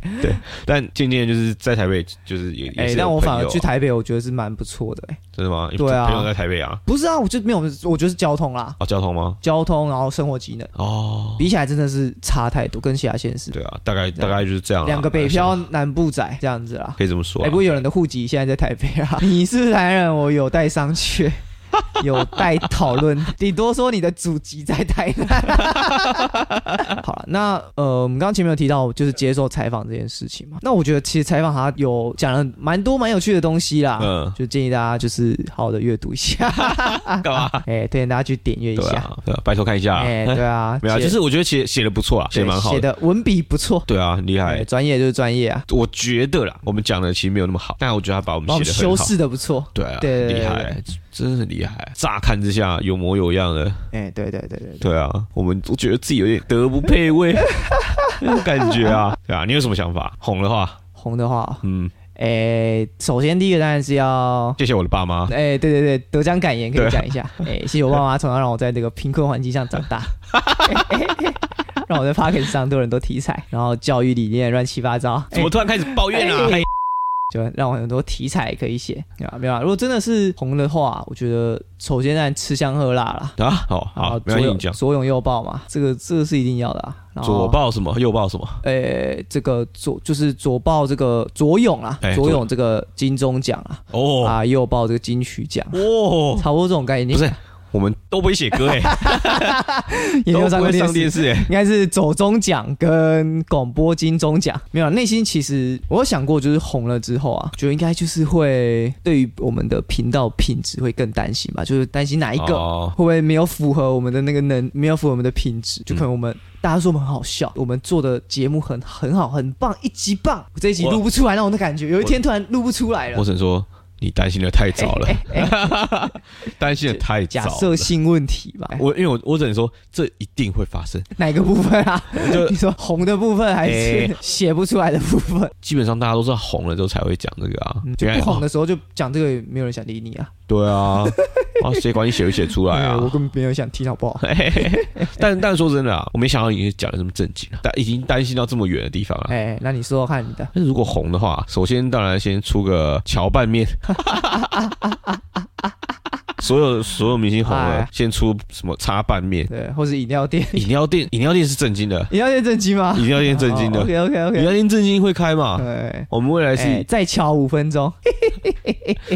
Speaker 2: 但渐渐就是在台北，就是也也
Speaker 1: 哎，
Speaker 2: 是有
Speaker 1: 但我反而
Speaker 2: 朋友啊
Speaker 1: 去台北，我觉得是蛮不错的。哎
Speaker 2: 真的吗？
Speaker 1: 对啊
Speaker 2: 朋友在台北啊，
Speaker 1: 不是啊，我就没有，我觉得是交通啦，
Speaker 2: 哦，交通吗？
Speaker 1: 交通，然后生活技能，
Speaker 2: 哦，
Speaker 1: 比起来真的是差太多，跟其他县市。
Speaker 2: 对啊，大概大概就是这样啦，
Speaker 1: 两个北漂南部仔这样子啦。
Speaker 2: 可以这么说
Speaker 1: 哎、
Speaker 2: 啊
Speaker 1: 不。过有人的户籍现在在台北啊， (laughs) 你是不是台南人？我有待商榷，有待讨论，顶多说你的祖籍在台南。 (laughs) 好了，那呃，我们刚刚前面有提到就是接受采访这件事情嘛，那我觉得其实采访它有讲了蛮多蛮有趣的东西啦。
Speaker 2: 嗯，
Speaker 1: 就建议大家就是好好的阅读一下，
Speaker 2: (laughs) 干嘛？
Speaker 1: (laughs) 哎、推荐大家去点阅一
Speaker 2: 对
Speaker 1: 下，
Speaker 2: 啊，对啊，拜托看一下啊。
Speaker 1: 哎、对啊，
Speaker 2: (laughs) 没有啊，
Speaker 1: 写
Speaker 2: 就是我觉得写写的不错啊，写得蛮好
Speaker 1: 写
Speaker 2: 的。
Speaker 1: 的文笔不错，
Speaker 2: 对啊，厉害
Speaker 1: 哎，。专业就是专业啊，
Speaker 2: 我觉得啦，我们讲的其实没有那么好，但我觉得他把我们
Speaker 1: 把我们
Speaker 2: 写的很
Speaker 1: 修
Speaker 2: 好。
Speaker 1: 饰的不错，
Speaker 2: 对啊，
Speaker 1: 对对
Speaker 2: 厉害，真是厉害。乍看之下有模有样的，
Speaker 1: 哎、对对对对对，
Speaker 2: 对啊，我们都觉得自己有点德不配位 (laughs) 那种感觉啊。对啊，你有什么想法？红的话，
Speaker 1: 红的话，
Speaker 2: 嗯，
Speaker 1: 诶，首先第一个当然是要，
Speaker 2: 谢谢我的爸妈。
Speaker 1: 诶，对对对，得奖感言可
Speaker 2: 对
Speaker 1: 以
Speaker 2: 啊
Speaker 1: 讲一下。诶，谢谢我爸妈从小让我在这个贫困环境上长大，(laughs)
Speaker 2: (laughs)
Speaker 1: 让我在 p o c k e t 上对人都题材，然后教育理念乱七八
Speaker 2: (laughs)
Speaker 1: 糟，哎
Speaker 2: 怎么
Speaker 1: 诶
Speaker 2: 突然开始抱怨啊？
Speaker 1: 哎
Speaker 2: 嘿
Speaker 1: 就让我有很多题材可以写，对吧？没有啊，如果真的是红的话，我觉得首先当然吃香喝辣啦，
Speaker 2: 啊，好
Speaker 1: 然后左
Speaker 2: 好，没关系，
Speaker 1: 拥
Speaker 2: 你讲。
Speaker 1: 左拥右抱嘛，这个这个是一定要的啊。然后
Speaker 2: 左，抱什么？右抱什么？
Speaker 1: 诶，这个左就是左抱这个左拥啦
Speaker 2: 哎，
Speaker 1: 左
Speaker 2: 左
Speaker 1: 拥这个金钟奖啊，
Speaker 2: 哦
Speaker 1: 啊右抱这个金曲奖。
Speaker 2: 哦，
Speaker 1: 差不多这种概念，
Speaker 2: 不是，我们都不会写歌哎，
Speaker 1: (laughs) 也没
Speaker 2: 都
Speaker 1: 有上
Speaker 2: 不
Speaker 1: 过
Speaker 2: 会
Speaker 1: 电
Speaker 2: 上
Speaker 1: 视，
Speaker 2: 电视哎。
Speaker 1: 应该是走中奖跟广播金钟奖。没有啊，内心其实我有想过，就是红了之后啊，觉得应该就是会对于我们的频道品质会更担心吧，就是担心哪一个。
Speaker 2: 哦
Speaker 1: 会不会没有符合我们的那个能，没有符合我们的品质？就可能我们、大家说我们很好笑，我们做的节目很很好，很棒，一级棒。我这一集
Speaker 2: 我
Speaker 1: 录不出来那种的感觉，有一天突然录不出来了
Speaker 2: 我。只能说，你担心的太早了， (laughs) 担心的太早
Speaker 1: 哎假
Speaker 2: 了。
Speaker 1: 设性问题
Speaker 2: (laughs)
Speaker 1: 吧，
Speaker 2: 我因为我我只能说，这一定会发生。
Speaker 1: 哪个部分啊？
Speaker 2: 就
Speaker 1: 你说红的部分还是
Speaker 2: 哎
Speaker 1: 写不出来的部分？
Speaker 2: 基本上大家都是红了之后才会讲这个啊
Speaker 1: 嗯，，
Speaker 2: 因
Speaker 1: 就
Speaker 2: 为
Speaker 1: 不红
Speaker 2: 哦
Speaker 1: 的时候就讲这个，也没有人想理你啊。
Speaker 2: 对 (laughs) 啊，啊，谁管你写不写出来啊
Speaker 1: 哎我？根本没有想听，好不
Speaker 2: (laughs)
Speaker 1: 好？
Speaker 2: 嘿嘿嘿但但说真的啊，我没想到你讲的这么正经啊，但已经担心到这么远的地方了。
Speaker 1: 哎，那你说说看你的，
Speaker 2: 但是如果红的话，首先当然先出个桥拌面， (laughs) 所有所有明星红了
Speaker 1: 哎，
Speaker 2: 先出什么叉
Speaker 1: (laughs)
Speaker 2: 拌面、
Speaker 1: 对，或是饮料店，
Speaker 2: 饮料店，饮料店是正
Speaker 1: (laughs)
Speaker 2: 经的，
Speaker 1: 饮料店正经吗？
Speaker 2: (laughs) 饮料店正经的，
Speaker 1: 哦 OK OK
Speaker 2: 饮料
Speaker 1: OK。
Speaker 2: 店正经会开嘛？
Speaker 1: 对，
Speaker 2: 我们未来
Speaker 1: 哎
Speaker 2: 是
Speaker 1: 再敲五分钟。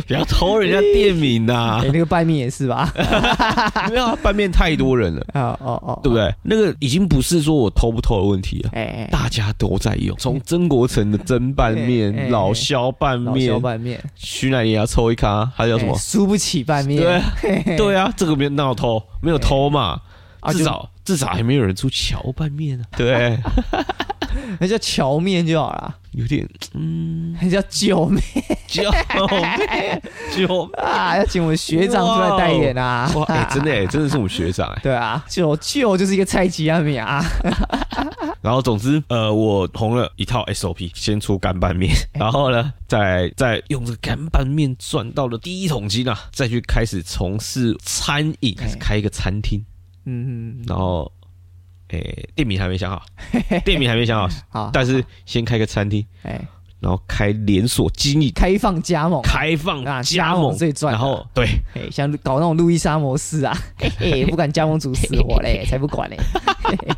Speaker 2: 不要偷人家店名呐
Speaker 1: (laughs) 哎，那个拌面也是
Speaker 2: (laughs)
Speaker 1: 吧？
Speaker 2: 因为他拌面太多人了，
Speaker 1: 啊哦哦，
Speaker 2: 对不对？那个已经不是说我偷不偷的问题了。
Speaker 1: 哎哎，
Speaker 2: 大家都在用，从曾国城的蒸拌
Speaker 1: 哎
Speaker 2: 面、
Speaker 1: 哎
Speaker 2: 老萧拌
Speaker 1: 老小
Speaker 2: 面、
Speaker 1: 拌面
Speaker 2: 徐乃麟也要抽一咖，还有什么
Speaker 1: 哎？输不起拌面？
Speaker 2: 对
Speaker 1: 嘿嘿
Speaker 2: (laughs) 对啊，这个没有闹偷，没有偷嘛，
Speaker 1: 啊
Speaker 2: 至
Speaker 1: 就
Speaker 2: 少至少还没有人出桥拌面啊。
Speaker 1: (laughs)
Speaker 2: 对，
Speaker 1: 那叫荞面就好了，
Speaker 2: 有点嗯，
Speaker 1: 那叫酒面 (laughs)
Speaker 2: 救命，救命！
Speaker 1: 啊！要请我们学长出来代言啊！
Speaker 2: 哇，哎、真
Speaker 1: (laughs)
Speaker 2: 的哎、真的是我们学长哎、
Speaker 1: 对啊，就就就是一个菜鸡阿米啊，
Speaker 2: 然后总之，呃，我红了一套 SOP，先出干拌
Speaker 1: (laughs)
Speaker 2: 面，
Speaker 1: 哎
Speaker 2: 然后呢，再再用这个干拌面赚到了第一桶金啊，再去开始从事餐饮，开始开一个餐厅，
Speaker 1: 嗯，
Speaker 2: 然后，哎、店名还
Speaker 1: (laughs)
Speaker 2: 没想好，店名还没想好，
Speaker 1: 好，
Speaker 2: 但是先开个餐厅，
Speaker 1: 哎，
Speaker 2: 然后开连锁经营，
Speaker 1: 开放加盟，
Speaker 2: 开放
Speaker 1: 啊，
Speaker 2: 加
Speaker 1: 盟
Speaker 2: 盟，
Speaker 1: 最赚
Speaker 2: 然
Speaker 1: 的，
Speaker 2: 后对，
Speaker 1: 哎像搞那种路易莎模式啊，嘿嘿，不管加盟主死我嘞，才不管嘞，
Speaker 2: (laughs)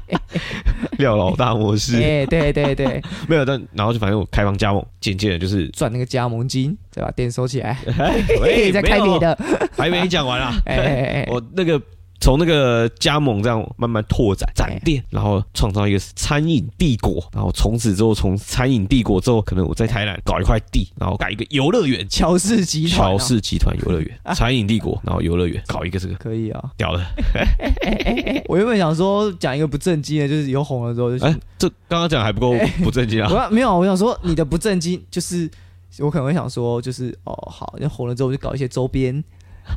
Speaker 2: 廖老大模式
Speaker 1: (laughs) 哎，对对对，
Speaker 2: 没有，但然后就反正我开放加盟，渐渐
Speaker 1: (laughs)
Speaker 2: 的就是，
Speaker 1: 赚那个加盟金，再把店收起来，
Speaker 2: 哎
Speaker 1: 嘿，再
Speaker 2: 没
Speaker 1: 开
Speaker 2: 有
Speaker 1: 别的，
Speaker 2: 还没讲完啊
Speaker 1: (laughs) ，哎哎哎
Speaker 2: 我那个从那个加盟这样慢慢拓展展店，
Speaker 1: 哎
Speaker 2: 然后创造一个餐饮帝国，然后从此之后，从餐饮帝国之后，可能我在台南搞一块地，然后盖一个游乐园，
Speaker 1: 乔氏集团啊
Speaker 2: 乔
Speaker 1: 哦，
Speaker 2: 氏集团游乐园，餐饮帝国，然后游乐园搞一个这个
Speaker 1: 可以
Speaker 2: (laughs)
Speaker 1: 啊，
Speaker 2: 屌的，
Speaker 1: 我原本想说讲一个不正经的，就是以后红了之后就
Speaker 2: 哎，这刚刚讲还不
Speaker 1: 哎
Speaker 2: 够不正经啊
Speaker 1: 我，要没有，我想说你的不正经就是，我可能会想说就是哦好，那红了之后我就搞一些周边，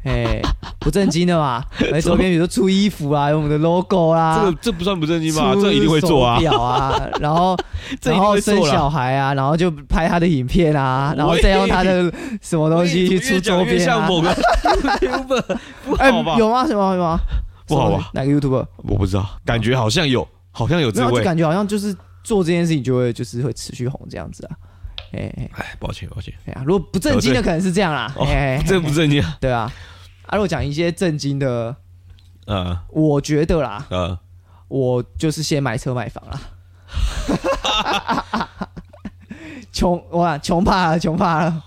Speaker 1: 哎、不正经的
Speaker 2: (laughs)
Speaker 1: 嘛，来周边比如说出衣服啊，有我们的 logo 啊，
Speaker 2: 这个这不算不正经吧？
Speaker 1: 出
Speaker 2: 这一定会做啊
Speaker 1: 手，表
Speaker 2: (laughs)
Speaker 1: 啊，然后
Speaker 2: 这
Speaker 1: 然
Speaker 2: 一定
Speaker 1: 后
Speaker 2: 会
Speaker 1: 生
Speaker 2: 做啦。
Speaker 1: 小孩啊，然后就拍他的影片啊，然后再用他
Speaker 2: (laughs)
Speaker 1: 的什么东西去出周
Speaker 2: 越
Speaker 1: 边
Speaker 2: 讲越
Speaker 1: 啊
Speaker 2: 像。某个
Speaker 1: (laughs)
Speaker 2: YouTuber，不
Speaker 1: 哎、
Speaker 2: 好吧？
Speaker 1: 有吗？什么什么？
Speaker 2: 不好吧？
Speaker 1: 哪个 YouTube？
Speaker 2: 我不知道，感觉好像有，好像有
Speaker 1: 没
Speaker 2: 这
Speaker 1: 有，啊就
Speaker 2: 位。
Speaker 1: 感觉好像就是做这件事情就会就是会持续红这样子啊。哎、哎
Speaker 2: 哎，抱歉，抱歉，
Speaker 1: 哎呀，如果不正经的可能是这样啦。
Speaker 2: 哦
Speaker 1: 哎、
Speaker 2: 这不正经啊。
Speaker 1: 对啊，啊，如果讲一些正经的，
Speaker 2: 呃
Speaker 1: 我觉得啦，
Speaker 2: 呃，
Speaker 1: 我就是先买车买房
Speaker 2: (laughs)
Speaker 1: 啦。 (laughs) 穷哇，穷怕了，穷怕了。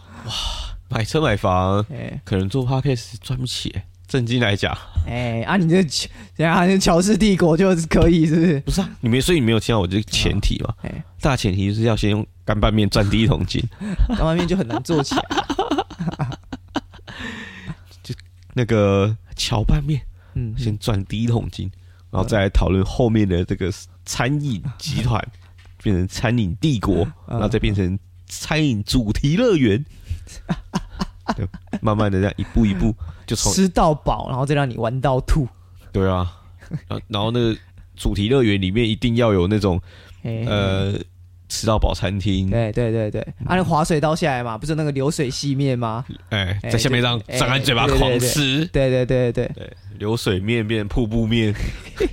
Speaker 2: 买车买房，
Speaker 1: 哎、
Speaker 2: 可能做 podcast 赚不起、欸。正经来讲，
Speaker 1: 哎、啊，你这 (laughs) 然后那乔氏帝国就是可以，是不是？
Speaker 2: 不是啊，你没，所以你没有听到我这个前提嘛？
Speaker 1: 哎、
Speaker 2: 大前提就是要先用干拌面赚第一桶金，
Speaker 1: 干拌面就很难做起来。
Speaker 2: (laughs) 那个荞拌面
Speaker 1: 嗯，
Speaker 2: 先赚第一桶金，然后再来讨论后面的这个餐饮集团
Speaker 1: 嗯
Speaker 2: 变成餐饮帝国，然
Speaker 1: 呃
Speaker 2: 后再变成餐饮主题乐
Speaker 1: (laughs)
Speaker 2: 园。对慢慢的这样一步一步
Speaker 1: 嗯
Speaker 2: 就从
Speaker 1: 吃到饱，然后再让你玩到吐。
Speaker 2: 对啊，然后然后那个主题乐园里面一定要有那种
Speaker 1: 哎、
Speaker 2: 呃嗯吃到饱餐厅，
Speaker 1: 对对对对，啊，那滑水刀下来嘛，不是那个流水细面吗？
Speaker 2: 哎，
Speaker 1: 哎
Speaker 2: 在下面让
Speaker 1: 对
Speaker 2: 张开嘴巴
Speaker 1: 哎对
Speaker 2: 狂
Speaker 1: 对对
Speaker 2: 吃，
Speaker 1: 对对对对
Speaker 2: 对，流水面变瀑布面，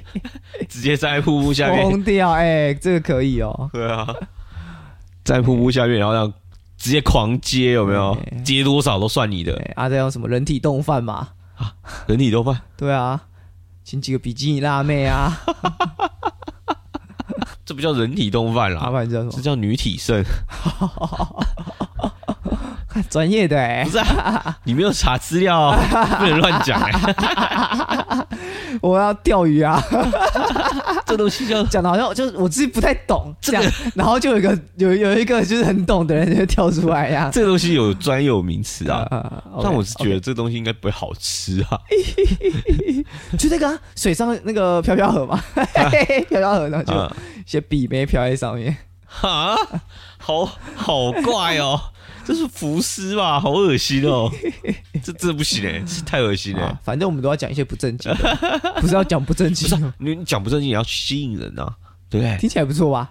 Speaker 1: (laughs)
Speaker 2: 直接站在瀑布下
Speaker 1: 对，
Speaker 2: 面，
Speaker 1: 疯掉！哎、这个可以哦。
Speaker 2: (laughs) 对啊，站在瀑布下面，然后让直接狂接，有没有
Speaker 1: 哎？
Speaker 2: 接多少都算你的，
Speaker 1: 哎，啊，再用什么人体动饭嘛？
Speaker 2: 人体都犯，
Speaker 1: 对啊，请几个比基尼辣妹
Speaker 2: (laughs)
Speaker 1: 啊，
Speaker 2: 这不叫人体动犯
Speaker 1: 啊，
Speaker 2: 啦，
Speaker 1: 不然叫什
Speaker 2: 这
Speaker 1: 么？ (laughs)
Speaker 2: 叫女体盛，
Speaker 1: 看专业的哎、
Speaker 2: 不是 (laughs) 啊？你没有查资料哦， (laughs) 不能乱讲哎，
Speaker 1: 我要钓鱼啊，
Speaker 2: 这东西叫
Speaker 1: 讲的好像就是我自己不太懂这样，然后就有一个有有一个就是很懂的人就会跳出来呀、
Speaker 2: (laughs) 这个东西有专有名词 (laughs) 啊。
Speaker 1: 啊
Speaker 2: 但我是觉得这东西应该不会好吃啊，
Speaker 1: 得就那个、啊、水上那个飘飘河嘛，
Speaker 2: (laughs) 嗯
Speaker 1: 飘飘河，然后就
Speaker 2: 啊
Speaker 1: 一些笔没飘在上面，
Speaker 2: 啊，好好怪哦，这是浮尸吧？好恶心 (laughs) 哦，这这不行哎、这太恶心了、
Speaker 1: 啊，反正我们都要讲一些不正经的，
Speaker 2: (laughs)
Speaker 1: 不是要讲不正
Speaker 2: 不是
Speaker 1: 经
Speaker 2: 啊、
Speaker 1: 的，
Speaker 2: 你你讲不正经也要吸引人啊，对不对？
Speaker 1: 听起来不错
Speaker 2: (laughs)
Speaker 1: 吧？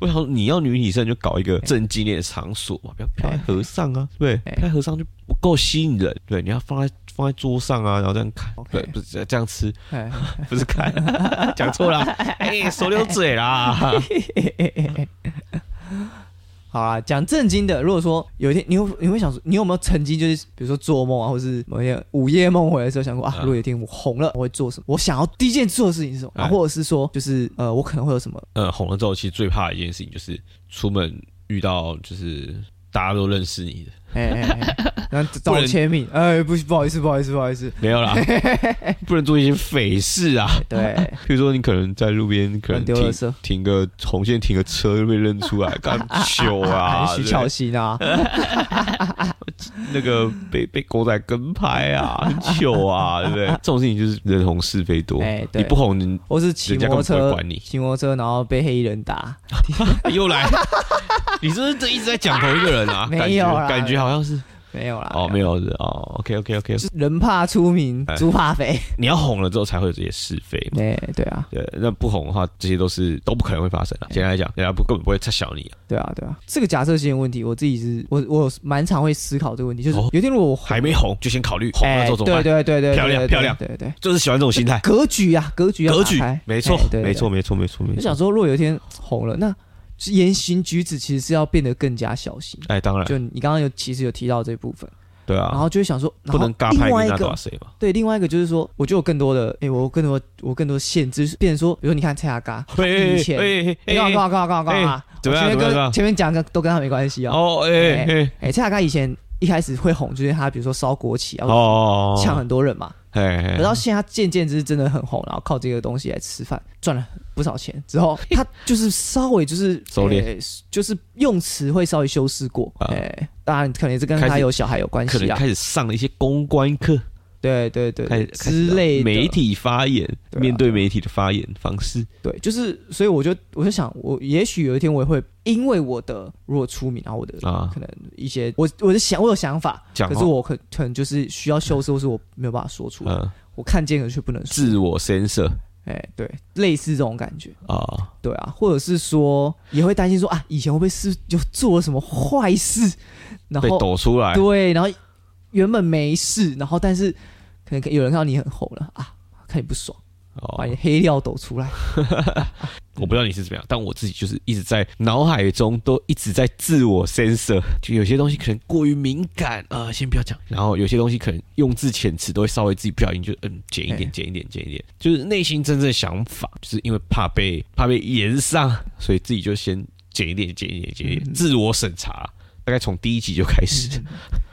Speaker 2: 我想说啊你要女体盛就搞一个正经点的场所嘛，不要漂在和尚啊，对不对，
Speaker 1: 哎
Speaker 2: 漂在和尚就不够吸引人，对，你要放在放在桌上啊，然后这样看，
Speaker 1: OK
Speaker 2: 对，不是这样吃， (laughs)
Speaker 1: 哎，
Speaker 2: 不是看，
Speaker 1: (laughs)
Speaker 2: 讲错了，哎、手榴嘴啦，
Speaker 1: 好啦，讲正经的，如果说有一天你会你会想说，你有没有曾经就是比如说做梦啊，或是某一天午夜梦回的时候想过啊，
Speaker 2: 嗯
Speaker 1: 如果有一天我红了，我会做什么？我想要第一件做的事情是什么？啊，
Speaker 2: 哎
Speaker 1: 或者是说就是呃，我可能会有什么？
Speaker 2: (laughs) 呃，红了之后，其实最怕的一件事情就是出门遇到就是大家都认识你的，
Speaker 1: 哎哎哎，然后找
Speaker 2: 不
Speaker 1: 我
Speaker 2: 能
Speaker 1: 签名，哎，不不好意思，不好意思，不好意思，
Speaker 2: 没
Speaker 1: (laughs)
Speaker 2: 有啦，不能做一些匪事啊。
Speaker 1: 对，
Speaker 2: 譬如说，你可能在路边可能
Speaker 1: 丢
Speaker 2: 停
Speaker 1: 了色。
Speaker 2: 停个红线，停个车就被认出来，
Speaker 1: (laughs)
Speaker 2: 干糗啊，
Speaker 1: 徐
Speaker 2: 对
Speaker 1: 巧芯啊，
Speaker 2: 那个被被狗仔跟拍啊，很
Speaker 1: (laughs)
Speaker 2: 糗啊，对不对？这种事情就是人红是非多，
Speaker 1: 哎，
Speaker 2: 你
Speaker 1: 对
Speaker 2: 不，红，你
Speaker 1: 我是骑
Speaker 2: 人家根
Speaker 1: 摩托
Speaker 2: 本不会
Speaker 1: 车，
Speaker 2: 管你。
Speaker 1: 骑摩托车然后被黑衣人打，
Speaker 2: 哎
Speaker 1: (laughs)
Speaker 2: 又来，你是不是这一直在讲同一个人啊？
Speaker 1: 没有啦
Speaker 2: 感觉感觉好像是
Speaker 1: 没有啦，
Speaker 2: 哦，没有是哦，OK OK OK，
Speaker 1: 就是人怕出名
Speaker 2: 哎，
Speaker 1: 猪怕肥。
Speaker 2: 你要红了之后才会有这些是非嘛。
Speaker 1: 哎，对啊，
Speaker 2: 对，那不红的话，这些都是都不可能会发生啊
Speaker 1: 哎
Speaker 2: 的。简单来讲，人家不根本不会太小你、啊，
Speaker 1: 对啊，对啊，这个假设性的问题，我自己是，我我有蛮常会思考这个问题，就是
Speaker 2: 哦
Speaker 1: 有一天如果我
Speaker 2: 还没红就先考虑啊红了之后怎么
Speaker 1: 哎对
Speaker 2: 办，
Speaker 1: 对对对，
Speaker 2: 漂亮
Speaker 1: 对对
Speaker 2: 漂亮
Speaker 1: 对对对，
Speaker 2: 就是喜欢这种心态，
Speaker 1: 格局啊，格局要
Speaker 2: 格
Speaker 1: 打
Speaker 2: 局
Speaker 1: 开
Speaker 2: 没错
Speaker 1: 哎，对
Speaker 2: 没错，，没错，没错，没
Speaker 1: 对就
Speaker 2: 错。
Speaker 1: 想说，如果有一天红了，那言行举止其实是要变得更加小心。
Speaker 2: 哎，当然，
Speaker 1: 就你刚刚有其实有提到这部分，
Speaker 2: 对
Speaker 1: 然
Speaker 2: 啊，
Speaker 1: 后就会想说，然
Speaker 2: 不
Speaker 1: 后
Speaker 2: 能嘎
Speaker 1: 另
Speaker 2: 拍
Speaker 1: 外一
Speaker 2: 你那
Speaker 1: 个
Speaker 2: 多谁嘛？
Speaker 1: 对，另外一个就是说，我就有更多的，哎、我有更多，我更多限制，变成说，比如说你看蔡雅嘎，
Speaker 2: 哎
Speaker 1: 以前，
Speaker 2: 哎
Speaker 1: 你干嘛干嘛干嘛干嘛干嘛，
Speaker 2: 怎么样
Speaker 1: 我前
Speaker 2: 怎
Speaker 1: 面
Speaker 2: 么样怎么样
Speaker 1: 跟前面讲的都跟他没关系哦。
Speaker 2: 哦哎哎
Speaker 1: 哎、蔡雅嘎以前一开始会红，就是他比如说烧国旗啊，
Speaker 2: 哦，
Speaker 1: 抢很多啊人嘛，
Speaker 2: 哎
Speaker 1: 可到现在他渐渐就是真的很红，然后靠这个东西来吃饭，赚了不少钱之后，他就是稍微就是
Speaker 2: 收敛
Speaker 1: 哎就是用词会稍微修饰过，
Speaker 2: 啊
Speaker 1: 哎、当然可能也是跟
Speaker 2: 开
Speaker 1: 他
Speaker 2: 始
Speaker 1: 有小孩有关
Speaker 2: 可
Speaker 1: 系
Speaker 2: 能
Speaker 1: 啊，
Speaker 2: 开始上了一些公关课，
Speaker 1: 对对对
Speaker 2: 开
Speaker 1: 对
Speaker 2: 始开始
Speaker 1: 之类的
Speaker 2: 媒体发言，
Speaker 1: 对啊
Speaker 2: 面对媒体的发言方式，
Speaker 1: 对，就是，所以我就我就想，我也许有一天我也会因为我的如果出名，然后我的
Speaker 2: 啊
Speaker 1: 可能一些、我我的想我有想法，
Speaker 2: 讲
Speaker 1: 可
Speaker 2: 话
Speaker 1: 是我可可能就是需要修饰，或是我没有办法说出来，
Speaker 2: 嗯，
Speaker 1: 我看见了却不能说，
Speaker 2: 自我深色
Speaker 1: 哎、对，类似这种感觉，
Speaker 2: 啊，
Speaker 1: 对啊，或者是说也会担心说啊，以前会不会是就做了什么坏事，然
Speaker 2: 被
Speaker 1: 后
Speaker 2: 抖出来，
Speaker 1: 对，然后原本没事，然后但是可能有人看到你很红了啊，看你不爽，
Speaker 2: 哦
Speaker 1: 把你黑料抖出
Speaker 2: (laughs)
Speaker 1: 来，
Speaker 2: 我不知道你是怎么样，但我自己就是一直在脑海中都一直在自我 censor，就有些东西可能过于敏感，呃，先不要讲。然后有些东西可能用字遣词都会稍微自己不小心就嗯减一点，
Speaker 1: 哎
Speaker 2: 减一点，减一点，就是内心真正的想法，就是因为怕被怕被延上，所以自己就先减一点，减一点，减一点，
Speaker 1: 嗯
Speaker 2: 自我审查。大概从第一集就开始，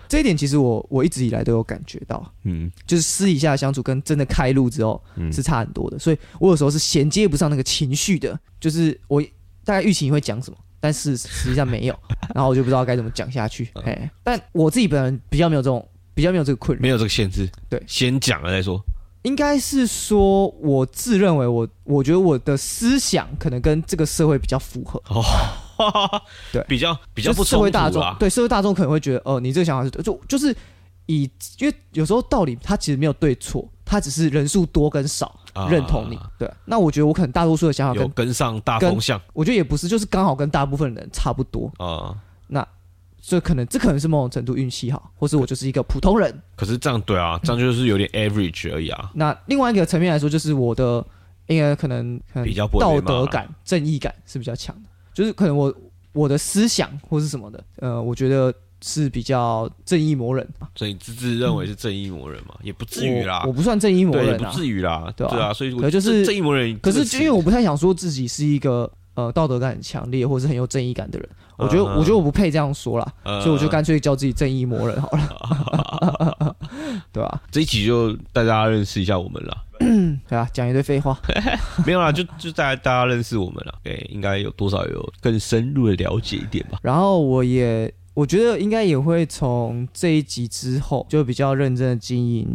Speaker 1: 这一点其实我我一直以来都有感觉到。
Speaker 2: 嗯
Speaker 1: 就是私底下的相处跟真的开路之后
Speaker 2: 嗯，
Speaker 1: 是差很多的，所以我有时候是衔接不上那个情绪的，就是我大概预期你会讲什么，但是实际上没
Speaker 2: (laughs)
Speaker 1: 有，然后我就不知道该怎么讲下去。
Speaker 2: 嗯
Speaker 1: 哎，但我自己本人比较没有这种，比较没有这个困扰
Speaker 2: 没，有这个限制，
Speaker 1: 对
Speaker 2: 先讲了再说。
Speaker 1: 应该是说我自认为我，我觉得我的思想可能跟这个社会比较符合，
Speaker 2: 哦，
Speaker 1: 对
Speaker 2: 比较比较不
Speaker 1: 就是社
Speaker 2: 冲
Speaker 1: 会大
Speaker 2: 突
Speaker 1: 众
Speaker 2: 啦，
Speaker 1: 对社会大众可能会觉得，哦、你这个想法是对就就是以，因为有时候道理它其实没有对错，它只是人数多跟少。
Speaker 2: 啊
Speaker 1: 认同你。对，那我觉得我可能大多数的想法
Speaker 2: 有
Speaker 1: 跟
Speaker 2: 跟上大
Speaker 1: 跟
Speaker 2: 风向
Speaker 1: 我觉得也不是，就是刚好跟大部分人差不多，
Speaker 2: 啊。
Speaker 1: 所以可能这可能是某种程度运气好，或是我就是一个普通人。
Speaker 2: 可是这样对
Speaker 1: 嗯
Speaker 2: 啊，这样就是有点 average 而已啊。
Speaker 1: 那另外一个层面来说，就是我的应该可能可能
Speaker 2: 比较不会被
Speaker 1: 道
Speaker 2: 骂
Speaker 1: 德感、正义感是比较强的，就是可能我我的思想或是什么的，呃，我觉得是比较正义魔人吧，
Speaker 2: 所以你自自认为是正义魔人嘛，也不至于啦
Speaker 1: 我，我，不算正义魔
Speaker 2: 对，也
Speaker 1: 人
Speaker 2: 不
Speaker 1: 啊，
Speaker 2: 至于啦，
Speaker 1: 对啊
Speaker 2: 啊，所以我
Speaker 1: 可就是
Speaker 2: 这正义魔人，
Speaker 1: 可是
Speaker 2: 这个
Speaker 1: 就
Speaker 2: 词
Speaker 1: 因为我不太想说自己是一个呃道德感很强烈或是很有正义感的人，我觉得、
Speaker 2: 嗯
Speaker 1: 我觉得我不配这样说啦，
Speaker 2: 呃
Speaker 1: 所以我就干脆叫自己正义魔人好了，
Speaker 2: (laughs)
Speaker 1: 对吧、
Speaker 2: 这一集就带大家认识一下我们
Speaker 1: (laughs)
Speaker 2: 啦，
Speaker 1: 对啊，讲一堆废话，
Speaker 2: 没有啦，就就带大家认识我们啦，对，应该有多少有更深入的了解一点
Speaker 1: (laughs)
Speaker 2: 吧。
Speaker 1: 然后我也我觉得应该也会从这一集之后就比较认真的经营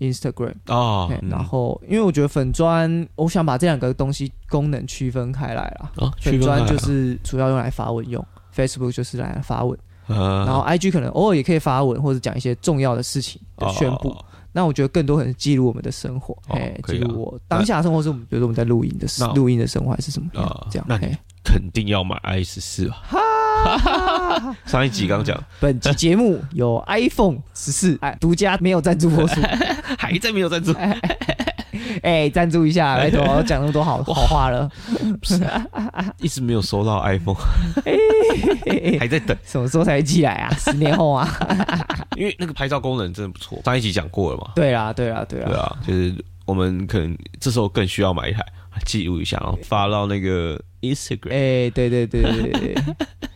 Speaker 1: Instagram，、
Speaker 2: 啊
Speaker 1: 嘿，
Speaker 2: 嗯
Speaker 1: 哦然后因为我觉得粉砖，我想把这两个东西功能区分开来啦，
Speaker 2: 啊，
Speaker 1: 粉砖就是
Speaker 2: (laughs)
Speaker 1: 是主要用来发文用。Facebook 就是来发文，
Speaker 2: 呃，
Speaker 1: 然后 IG 可能偶尔也可以发文或者讲一些重要的事情的宣布。
Speaker 2: 哦
Speaker 1: 那我觉得更多可能是记录我们的生活，
Speaker 2: 哦
Speaker 1: 哎、
Speaker 2: 可以
Speaker 1: 记
Speaker 2: 啊
Speaker 1: 录我当下的生活是我们，比如说我们在录音的时
Speaker 2: 那
Speaker 1: 录音的生活还是什么
Speaker 2: 啊
Speaker 1: 这样。
Speaker 2: 那
Speaker 1: 哎
Speaker 2: 肯定要买 i 十四啊。 (laughs) 上一集刚讲，
Speaker 1: 本集节目 (laughs) 有 iPhone 十四哎独家没有赞助播出， (laughs)
Speaker 2: 还在没有赞助，
Speaker 1: 哎哎哎哎，赞助一下，拜托，讲那么多好好话 (laughs) 了，
Speaker 2: 一直没有收到 iPhone，还在等，
Speaker 1: 什么时候才寄来 (laughs) 啊？十年后啊？
Speaker 2: 因为那个拍照功能真的不错，上一集讲过了嘛，
Speaker 1: 对啦，对啦，对
Speaker 2: 对
Speaker 1: 啦，
Speaker 2: 啊，就是我们可能这时候更需要买一台记录一下，然后发到那个 Instagram，、
Speaker 1: 哎，对对对 (laughs) 对对啊对，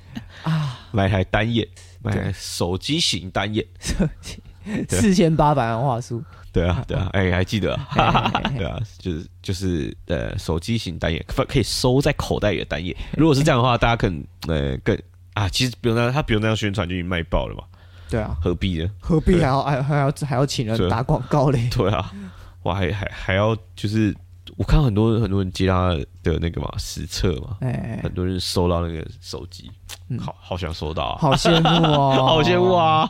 Speaker 2: 买一台单眼，买一台手机型单眼，
Speaker 1: 四千八百万话术，
Speaker 2: 对啊，对啊，哎、还记得、
Speaker 1: 嘿嘿
Speaker 2: 啊，
Speaker 1: 嘿嘿
Speaker 2: 对啊，就是就是呃，手机型单眼，可可以收在口袋里的单眼。如果是这样的话，大家可能呃更啊，其实不用那样，他不用那样宣传就已经卖爆了嘛，
Speaker 1: 对啊，
Speaker 2: 何必呢？ (laughs)
Speaker 1: 何必还要还还要还要请
Speaker 2: 是
Speaker 1: 人打广告嘞？
Speaker 2: 对啊，我还还还要就是，我看很多很多人接他的那个嘛实测嘛，
Speaker 1: 哎，
Speaker 2: 很多人收到那个手机，
Speaker 1: 嗯
Speaker 2: 好好想收到、啊，
Speaker 1: 好羡慕 (laughs) 哦，
Speaker 2: (laughs) 好羡慕！啊！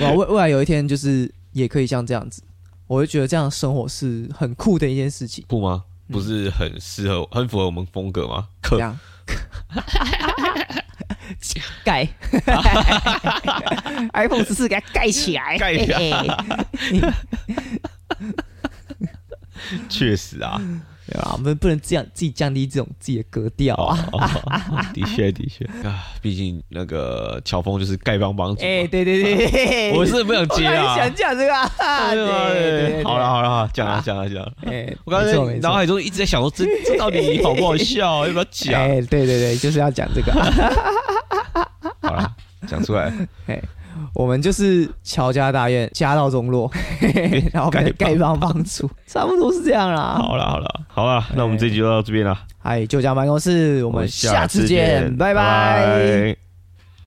Speaker 1: 哇，未未来有一天就是也可以像这样子，我会觉得这样生活是很酷的一件事情。
Speaker 2: 酷吗？不是很适合，很符合我们风格吗？
Speaker 1: 哦这
Speaker 2: 可
Speaker 1: 样，盖 iPhone 十四给它盖起来，
Speaker 2: 盖起来
Speaker 1: 嘿嘿
Speaker 2: 确实啊，
Speaker 1: 对啊，我们不能这样自己降低这种自己的格调啊。
Speaker 2: 哦，
Speaker 1: (laughs)
Speaker 2: 的确的确啊，毕竟那个乔峰就是丐帮帮主嘛，啊
Speaker 1: 哎，对对对嘿嘿，
Speaker 2: 我是不想
Speaker 1: 我
Speaker 2: 接啊
Speaker 1: 刚才。想讲这个啊，
Speaker 2: 哎
Speaker 1: 对对对，对
Speaker 2: 好了，好了好了，讲了讲了讲了。
Speaker 1: 哎，
Speaker 2: 我刚
Speaker 1: 没错
Speaker 2: 才
Speaker 1: 没
Speaker 2: 脑
Speaker 1: 错
Speaker 2: 海啊中一直在想说，这这到底好不好笑？要不要讲？
Speaker 1: 哎，对对对，就是要讲这个啊。
Speaker 2: 好了，讲出
Speaker 1: (laughs)
Speaker 2: 来。
Speaker 1: 我们就是乔家大院家道中 (laughs) 落，嘿嘿然后被
Speaker 2: 丐
Speaker 1: 丐帮帮主，差不多是这样啦。
Speaker 2: 好了好了好了，那我们这集就到这边了，
Speaker 1: 嗨，旧家办公室，我
Speaker 2: 我
Speaker 1: 们下次见，拜拜。
Speaker 2: 拜